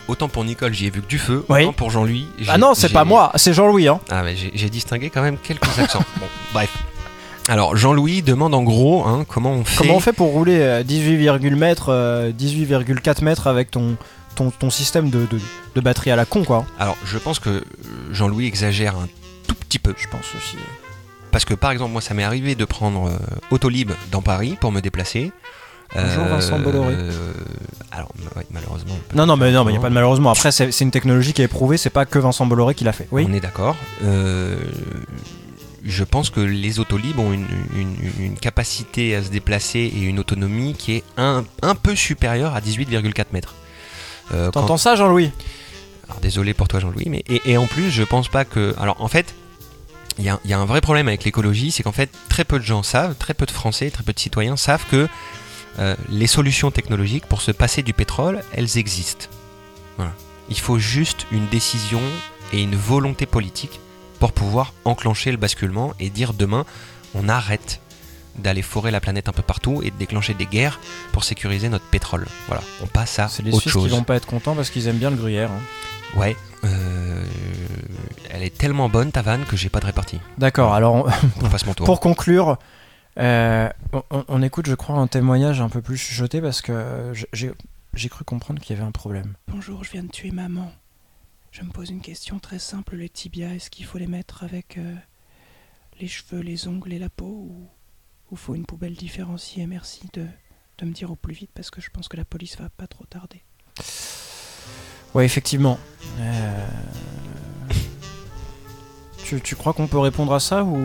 B: Autant pour Nicole, j'y ai vu que du feu.
A: Oui.
B: Autant pour Jean-Louis. j'ai-
A: Ah non, c'est
B: j'ai-
A: pas moi, c'est Jean-Louis. Hein.
B: Ah mais j'ai j'ai distingué quand même quelques accents. Bon, bref. Alors Jean-Louis demande en gros hein, comment on fait.
A: Comment on fait pour rouler euh, 18,4 mètres, euh, 18,4 mètres avec ton, ton, ton système de, de, de batterie à la con, quoi
B: Alors je pense que euh, Jean-Louis exagère un tout petit peu.
A: Je pense aussi.
B: euh, Parce que par exemple, moi ça m'est arrivé de prendre euh, Autolib dans Paris pour me déplacer.
A: Bonjour, Vincent Bolloré.
B: euh, alors ma- ouais, malheureusement. on peut
A: Non, non, mais non, il
B: pas
A: n'y a pas de malheureusement. Après, c'est c'est une technologie qui est éprouvée, c'est pas que Vincent Bolloré qui l'a fait. Oui.
B: On est d'accord. Euh, je pense que les autolibres ont une, une- une capacité à se déplacer et une autonomie qui est un, un peu supérieure à 18,4 mètres. Euh,
A: T'entends
B: quand-
A: ça, Jean-Louis
B: alors désolé pour toi Jean-Louis, mais et, et en plus je pense pas que. Alors en fait, il y, a- il y a un vrai problème avec l'écologie, c'est qu'en fait très peu de gens savent, très peu de Français, très peu de citoyens savent que euh, les solutions technologiques pour se passer du pétrole, elles existent. Voilà. Il faut juste une décision et une volonté politique pour pouvoir enclencher le basculement et dire demain on arrête d'aller forer la planète un peu partout et de déclencher des guerres pour sécuriser notre pétrole. Voilà, on passe à
A: C'est les
B: Ah, autre
A: Suisses
B: chose.
A: qui vont pas être contents parce qu'ils aiment bien le gruyère. hein.
B: Ouais, euh, elle est tellement bonne ta vanne que j'ai pas de répartie.
A: D'accord, alors on-
B: Je passe mon tour.
A: pour conclure, euh, on, on- on écoute, je crois, un témoignage un peu plus chuchoté parce que euh, j- j'ai j'ai cru comprendre qu'il y avait un problème.
L: Bonjour, je viens de tuer maman. Je me pose une question très simple, les tibias, est-ce qu'il faut les mettre avec euh, les cheveux, les ongles et la peau ou, ou faut une poubelle différenciée Merci de, de me dire au plus vite parce que je pense que la police va pas trop tarder.
A: Ouais, effectivement. Euh, Tu, tu crois qu'on peut répondre à ça ou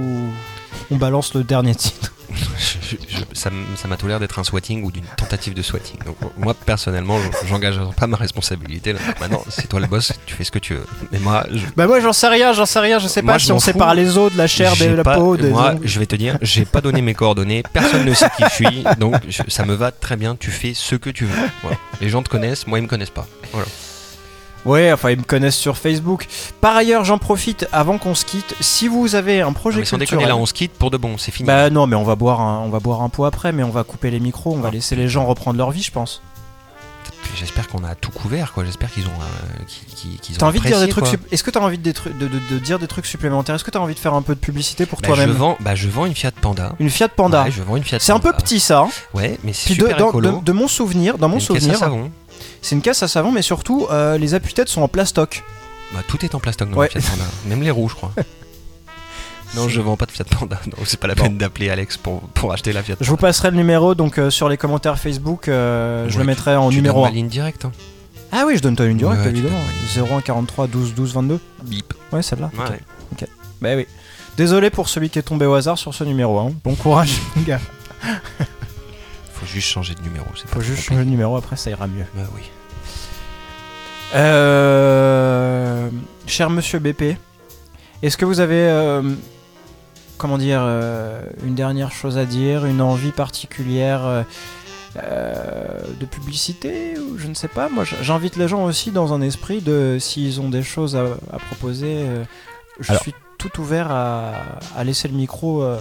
A: on balance le dernier titre
B: je- je- ça m- ça m'a tout l'air d'être un swatting ou d'une tentative de swatting. Donc euh, moi personnellement, je- j'engage pas ma responsabilité. Là. Maintenant, c'est toi le boss, tu fais ce que tu veux. Mais moi, je,
A: Bah moi j'en sais rien, j'en sais rien, je sais
B: Moi,
A: pas
B: je
A: si on
B: m'en
A: sépare
B: fous.
A: les os de la chair, de
B: J'ai
A: la
B: pas-
A: peau, des
B: Moi,
A: ongles.
B: je vais te dire, j'ai pas donné mes coordonnées, personne ne sait qui je suis, donc je- ça me va très bien, tu fais ce que tu veux. Voilà. Les gens te connaissent, moi ils me connaissent pas. Voilà.
A: Ouais, enfin ils me connaissent sur Facebook. Par ailleurs, j'en profite avant qu'on se quitte. Si vous avez un projet
B: Non, mais sans
A: culturel,
B: déconner, là on se quitte pour de bon, c'est fini.
A: Bah non, mais on va boire un, on va boire un pot après, mais on va couper les micros,
B: Ah.
A: on va laisser les gens reprendre leur vie, je pense.
B: J'espère qu'on a tout couvert, quoi. J'espère qu'ils ont, euh, qu'ils- qu'ils- qu'ils ont
A: T'as envie de dire des
B: apprécié,
A: trucs
B: quoi.
A: sup- Est-ce que t'as envie de, des trucs- de, de- de dire des trucs supplémentaires Est-ce que t'as envie de faire un peu de publicité pour
B: Bah, je
A: toi-même
B: vends, bah, je vends une Fiat Panda.
A: Une Fiat Panda.
B: Ouais, je vends une Fiat.
A: C'est un peu petit ça. hein.
B: Ouais, mais c'est
A: Puis de,
B: super
A: dans-
B: écolo.
A: de- de mon souvenir, dans mon
B: Une caisse à
A: souvenir,
B: savon.
A: c'est une caisse à savon, mais surtout euh, les appuis-têtes sont en plastoc.
B: Bah, tout est en plastoc dans
A: Ouais.
B: la Fiat
A: [LAUGHS]
B: Panda, même les roues, je crois. Non, je vends pas de Fiat Panda, donc c'est pas la peine d'appeler Alex pour, pour acheter la Fiat
A: Je vous passerai le numéro donc euh, sur les commentaires Facebook, euh, je
B: Ouais,
A: le
B: tu-
A: mettrai en
B: tu
A: numéro
B: donnes
A: 1.
B: ma ligne directe, hein.
A: Ah oui, je donne ta ligne directe
B: Ouais, tu
A: évidemment. 01 43 12 12 22.
B: Bip.
A: Ouais, celle-là.
B: Ouais,
A: ok.
B: ouais.
A: Ok. Bah oui. Désolé pour celui qui est tombé au hasard sur ce numéro. hein. Bon courage, les gars.
B: Faut juste changer de numéro, c'est pas
A: Faut juste
B: trop
A: changer le numéro après, ça ira mieux.
B: Bah oui.
A: Euh, cher monsieur BP, est-ce que vous avez, euh, comment dire, euh, une dernière chose à dire, une envie particulière euh, euh, de publicité ou je ne sais pas. Moi, j- j'invite les gens aussi dans un esprit de s'ils ont des choses à, à proposer. euh, je
B: Alors.
A: suis tout ouvert à, à laisser le micro. euh,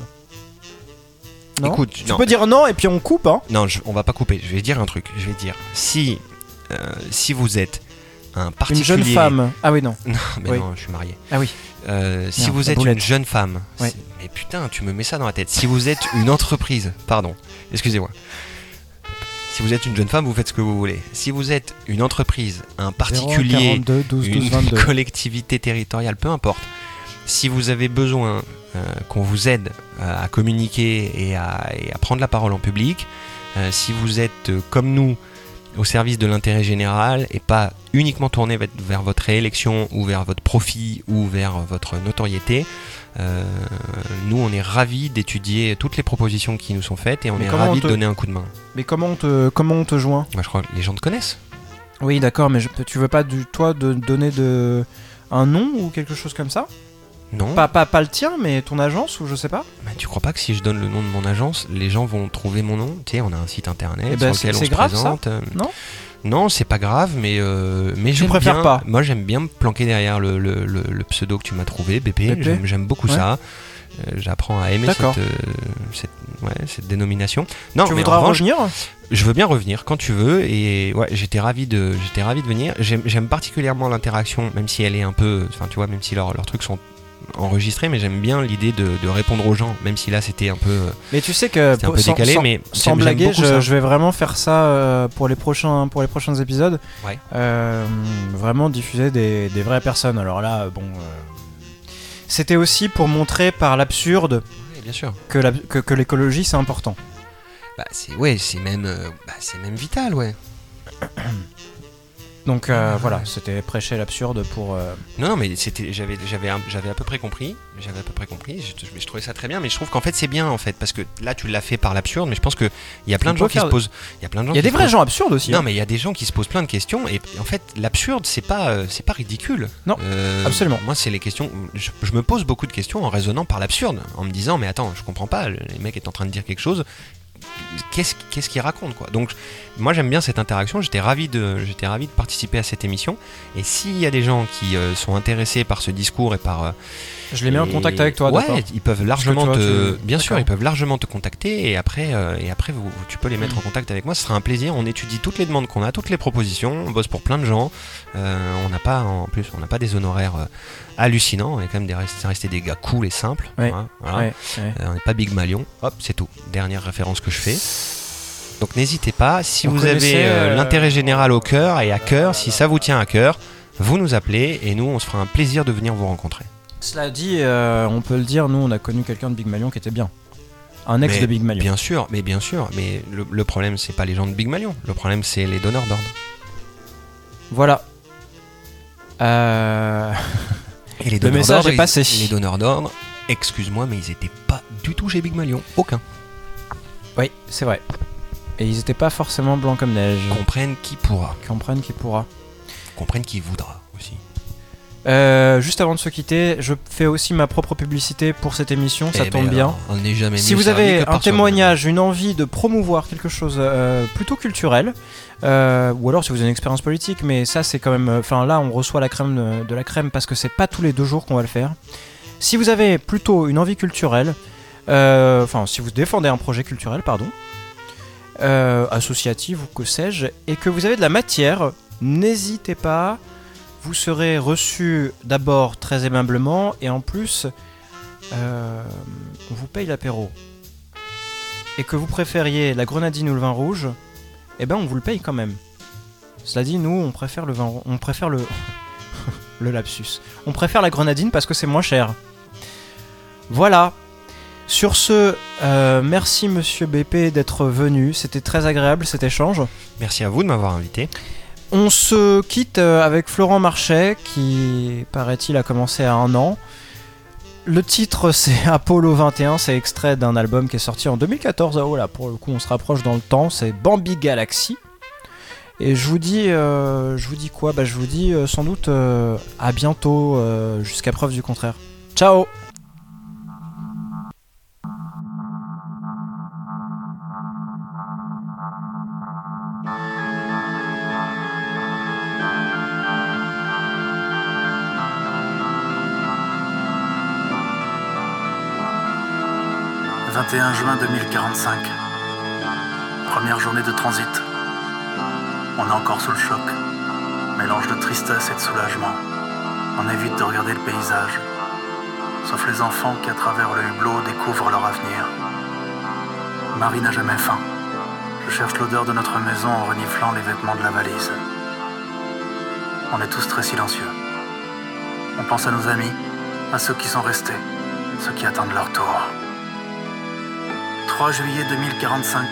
A: Non
B: Écoute,
A: tu
B: non.
A: peux dire non et puis on coupe, hein.
B: Non, je- on va pas couper. Je vais dire un truc. Je vais dire si euh, si vous êtes un particulier,
A: Une jeune femme. Ah oui non.
B: Non, mais
A: Oui.
B: non, je suis marié.
A: Ah oui.
B: Euh, si
A: Merde,
B: vous
A: la
B: êtes
A: boulette.
B: une jeune femme,
A: Ouais.
B: si- mais putain, tu me mets ça dans la tête. Si vous êtes une entreprise, pardon, excusez-moi. Si vous êtes une jeune femme, vous faites ce que vous voulez. Si vous êtes une entreprise, un particulier,
A: 42, 12,
B: une
A: 12, 22.
B: collectivité territoriale, peu importe. Si vous avez besoin euh, qu'on vous aide euh, à communiquer et à, et à prendre la parole en public, euh, si vous êtes euh, comme nous au service de l'intérêt général et pas uniquement tourné ve- vers votre réélection ou vers votre profit ou vers votre notoriété, euh, nous on est ravis d'étudier toutes les propositions qui nous sont faites et on
A: Mais
B: est
A: comment
B: ravis
A: on te-
B: de donner un coup de main.
A: Mais comment on te, comment on te joint
B: Moi je crois que les gens te connaissent.
A: Oui, d'accord, mais je, tu veux pas du toi de donner de un nom ou quelque chose comme ça
B: Non.
A: Pas, pas, pas le tien, mais ton agence ou je sais pas.
B: Mais Bah, tu crois pas que si je donne le nom de mon agence, les gens vont trouver mon nom Tu sais, on a un site internet
A: Eh ben,
B: sur
A: c'est-
B: lequel on
A: c'est
B: se
A: grave, ça
B: présente. euh,
A: Non
B: Non, c'est pas grave, mais euh, mais
A: Tu
B: j'aime
A: préfères
B: bien-
A: pas
B: Moi, j'aime bien me planquer derrière le, le- le- le pseudo que tu m'as trouvé, BP.
A: BP.
B: J'aime- J'aime beaucoup
A: Ouais.
B: ça. Euh, J'apprends à aimer
A: D'accord.
B: cette, euh, cette- ouais, cette dénomination. Non,
A: Tu
B: mais en
A: voudras
B: revanche,
A: revenir
B: Je veux bien revenir quand tu veux et ouais, j'étais ravi de j'étais ravi de venir. J'aime j'aime particulièrement l'interaction, même si elle est un peu, enfin tu vois, même si leurs leurs trucs sont enregistrés, mais j'aime bien l'idée de, de répondre aux gens, même si là c'était un peu. euh,
A: Mais tu sais que
B: C'était un
A: pour-
B: peu
A: sans,
B: décalé,
A: sans-
B: mais
A: sans
B: j'aime- j'aime
A: blaguer,
B: beaucoup
A: je,
B: ça.
A: je vais vraiment faire ça euh, pour les prochains pour les prochains épisodes.
B: Ouais.
A: Euh, vraiment diffuser des, des vraies personnes. Alors là, euh, bon, euh, c'était aussi pour montrer par l'absurde
B: Ouais, bien sûr.
A: que la- que- que l'écologie c'est important.
B: Bah c'est ouais, c'est même euh, bah, c'est même vital, ouais.
A: Donc
B: Ah.
A: euh, voilà, c'était prêcher l'absurde pour. euh,
B: Non, non, mais c'était, j'avais, j'avais, un- j'avais à peu près compris, j'avais à peu près compris. Je, je- je trouvais ça très bien, mais je trouve qu'en fait c'est bien en fait parce que là tu l'as fait par l'absurde, mais je pense que il y a plein de
A: On peut
B: gens qui
A: faire-
B: se posent, il y a plein de gens.
A: Il y a
B: qui
A: des
B: se
A: vrais
B: posent-
A: gens absurdes aussi,
B: Non,
A: hein.
B: mais il y a des gens qui se posent plein de questions et en fait l'absurde c'est pas, euh, c'est pas ridicule. Euh,
A: Non, absolument.
B: Moi c'est les questions, je, je me pose beaucoup de questions en raisonnant par l'absurde, en me disant mais attends, je comprends pas, le le mec est en train de dire quelque chose. Qu'est-ce, qu'est-ce qu'il raconte quoi Donc moi j'aime bien cette interaction, j'étais ravi de, j'étais ravi de participer à cette émission. Et s'il y a des gens qui euh, sont intéressés par ce discours et par euh,
A: Je les mets en
B: et-
A: contact avec toi, d'accord.
B: Ouais, ils peuvent largement
A: Parce que toi,
B: te,
A: tu-
B: bien sûr,
A: d'accord.
B: ils peuvent largement te contacter et après, euh, et après, vous, tu peux les
A: Mm.
B: mettre en contact avec moi. Ce sera un plaisir. On étudie toutes les demandes qu'on a, toutes les propositions. On bosse pour plein de gens. Euh, on n'a pas, en plus, on n'a pas des honoraires euh, hallucinants. On est quand même des rest- c'est resté des gars cool et simples.
A: Ouais,
B: Voilà, voilà.
A: ouais, ouais.
B: Euh, on n'est pas Big Malion. Hop, c'est tout. Dernière référence que je fais. Donc n'hésitez pas. Si
A: Vous
B: vous avez
A: connaissez,
B: euh,
A: euh,
B: l'intérêt général au cœur et à cœur, si ça vous tient à cœur, vous nous appelez et nous, on se fera un plaisir de venir vous rencontrer.
A: Cela dit, euh, on peut le dire, nous on a connu quelqu'un de Big Malion qui était bien. Un ex
B: Mais
A: de Big Malion.
B: Bien sûr, mais bien sûr, mais le, le problème c'est pas les gens de Big Malion, le problème c'est les donneurs d'ordre.
A: Voilà. Euh,
B: Et les
A: le
B: donneurs
A: message
B: d'ordre,
A: est
B: ils-
A: passé.
B: Les donneurs d'ordre, excuse-moi, mais ils étaient pas du tout chez Big Malion, aucun.
A: Oui, c'est vrai. Et ils étaient pas forcément blancs comme neige.
B: Comprennent qui pourra.
A: Comprennent qui pourra.
B: Comprennent qui voudra aussi.
A: Euh, juste avant de se quitter, je fais aussi ma propre publicité pour cette émission, ça
B: Eh
A: tombe
B: ben
A: bien.
B: alors, on n'est jamais
A: si
B: mieux
A: vous
B: servi que
A: avez un
B: par soi-même.
A: témoignage, une envie de promouvoir quelque chose euh, plutôt culturel, euh, ou alors si vous avez une expérience politique, mais ça c'est quand même... Enfin là on reçoit la crème de, de la crème parce que c'est pas tous les deux jours qu'on va le faire. Si vous avez plutôt une envie culturelle, euh, enfin si vous défendez un projet culturel, pardon, euh, associative ou que sais-je, et que vous avez de la matière, n'hésitez pas. Vous serez reçu d'abord très aimablement et en plus, euh, on vous paye l'apéro. Et que vous préfériez la grenadine ou le vin rouge, eh ben on vous le paye quand même. Cela dit, nous on préfère le vin, rou- on préfère le [LAUGHS] le lapsus. On préfère la grenadine parce que c'est moins cher. Voilà. Sur ce, euh, merci Monsieur BP d'être venu. C'était très agréable cet échange.
B: Merci à vous de m'avoir invité.
A: On se quitte euh, avec Florent Marchais qui, paraît-il, a commencé à un an. Le titre [LAUGHS] c'est Apollo 21, c'est extrait d'un album qui est sorti en 2014. Ah, Oh là, pour le coup, on se rapproche dans le temps, c'est Bambi Galaxy. Et je vous dis, euh, je vous dis quoi Bah, je vous dis euh, sans doute euh, à bientôt, euh, jusqu'à preuve du contraire. Ciao
I: Le 21 juin 2045. Première journée de transit. On est encore sous le choc. Mélange de tristesse et de soulagement. On évite de regarder le paysage. Sauf les enfants qui, à travers le hublot, découvrent leur avenir. Marie n'a jamais faim. Je cherche l'odeur de notre maison en reniflant les vêtements de la valise. On est tous très silencieux. On pense à nos amis, à ceux qui sont restés, ceux qui attendent leur tour. 3 juillet 2045.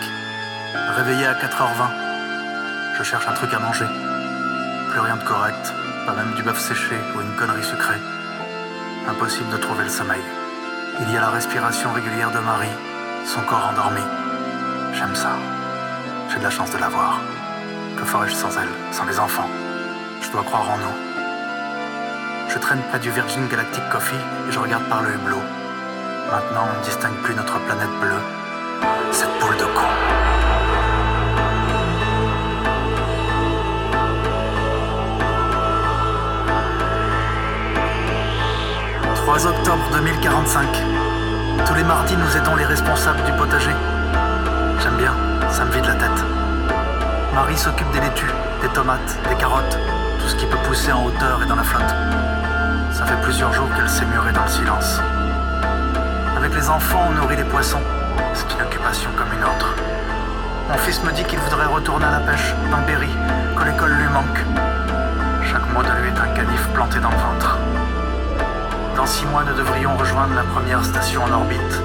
I: Réveillé à 4h20. Je cherche un truc à manger. Plus rien de correct, pas même du bœuf séché ou une connerie sucrée. Impossible de trouver le sommeil. Il y a la respiration régulière de Marie, son corps endormi. J'aime ça. J'ai de la chance de l'avoir. Que ferais-je sans elle, sans les enfants Je dois croire en nous. Je traîne près du Virgin Galactic Coffee et je regarde par le hublot. Maintenant, on ne distingue plus notre planète bleue, cette boule de con. « 3 octobre 2045. Tous les mardis, nous aidons les responsables du potager. J'aime bien, ça me vide la tête. Marie s'occupe des laitues, des tomates, des carottes, tout ce qui peut pousser en hauteur et dans la flotte. Ça fait plusieurs jours qu'elle s'est murée dans le silence. Avec les enfants, on nourrit les poissons. C'est une occupation comme une autre. Mon fils me dit qu'il voudrait retourner à la pêche, dans le Berry, que l'école lui manque. Chaque mois de lui est un canif planté dans le ventre. Dans six mois, nous devrions rejoindre la première station en orbite.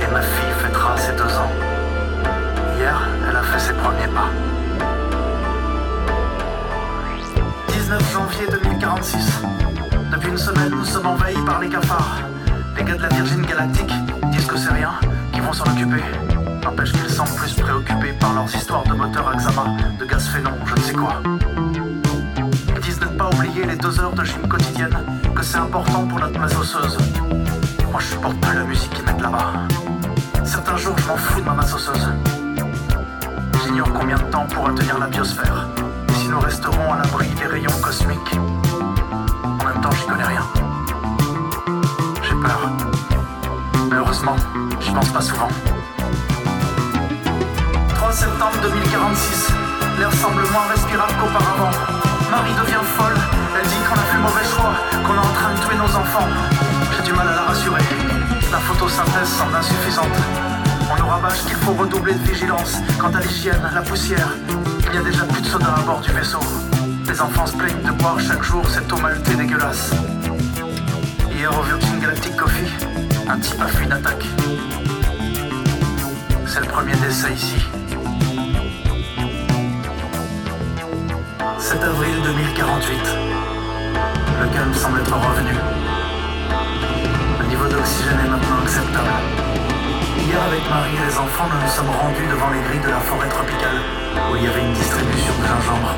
I: Et ma fille fêtera ses deux ans. Hier, elle a fait ses premiers pas. 19 janvier 2046. Depuis une semaine, nous sommes envahis par les cafards. Les gars de la Virgin Galactique disent que c'est rien, qu'ils vont s'en occuper. N'empêche qu'ils semblent plus préoccupés par leurs histoires de moteurs Axama, de gaz phénon, je ne sais quoi. Ils disent ne pas oublier les deux heures de gym quotidienne, que c'est important pour notre masse osseuse. Moi, je supporte pas la musique qu'ils mettent là-bas. Certains jours, je m'en fous de ma masse osseuse. J'ignore combien de temps pourra tenir la biosphère, et si nous resterons à l'abri des rayons cosmiques. En même temps, j'y connais rien. J'ai peur. Mais heureusement, j'y pense pas souvent. 3 septembre 2046. L'air semble moins respirable qu'auparavant. Marie devient folle. Elle dit qu'on a fait mauvais choix, qu'on est en train de tuer nos enfants. J'ai du mal à la rassurer. La photosynthèse semble insuffisante. On nous rabâche qu'il faut redoubler de vigilance quant à l'hygiène, la poussière. Il y a déjà plus de soda à bord du vaisseau. Les enfants se plaignent de boire chaque jour cette eau maltée dégueulasse. Hier au Virgin Galactic Coffee, un type a fui une attaque. C'est le premier décès ici. 7 avril 2048. Le calme semble être revenu. Le niveau d'oxygène est maintenant acceptable. Hier, avec Marie et les enfants, nous nous sommes rendus devant les grilles de la forêt tropicale, où il y avait une distribution de gingembre.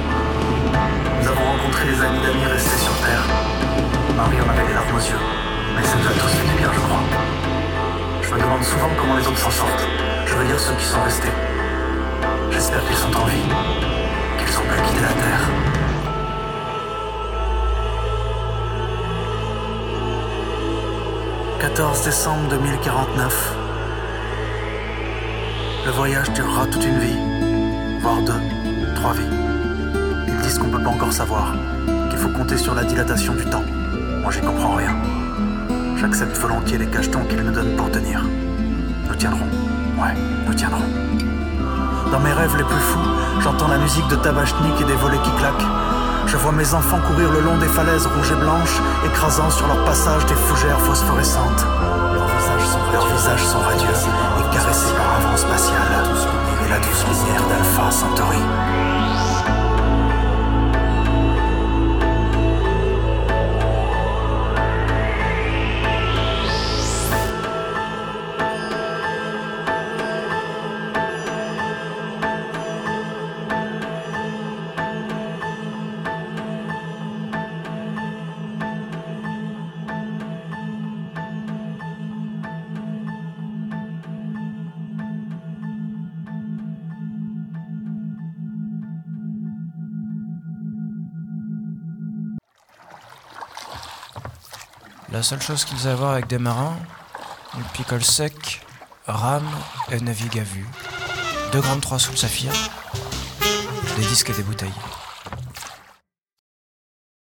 I: Nous avons rencontré des amis d'amis restés sur Terre. Marie en avait les larmes aux yeux, mais ça nous a tous fait du bien, je crois. Je me demande souvent comment les autres s'en sortent. Je veux dire ceux qui sont restés. J'espère qu'ils sont en vie, qu'ils ont pas quitté la Terre. « 14 décembre 2049. Le voyage durera toute une vie, voire deux, trois vies. Ils disent qu'on peut pas encore savoir, qu'il faut compter sur la dilatation du temps. Moi, j'y comprends rien. J'accepte volontiers les cachetons qu'ils nous donnent pour tenir. Nous tiendrons. Ouais, nous tiendrons. Dans mes rêves les plus fous, j'entends la musique de Tabachnik et des volets qui claquent. Je vois mes enfants courir le long des falaises rouges et blanches, écrasant sur leur passage des fougères phosphorescentes. Leurs visages sont radieux, et caressés par un vent spatial et la douce lumière d'Alpha Centauri.
M: La seule chose qu'ils avaient à voir avec des marins, ils picolent sec, rament et naviguent à vue. Deux grammes trois sous le saphir, des disques et des bouteilles.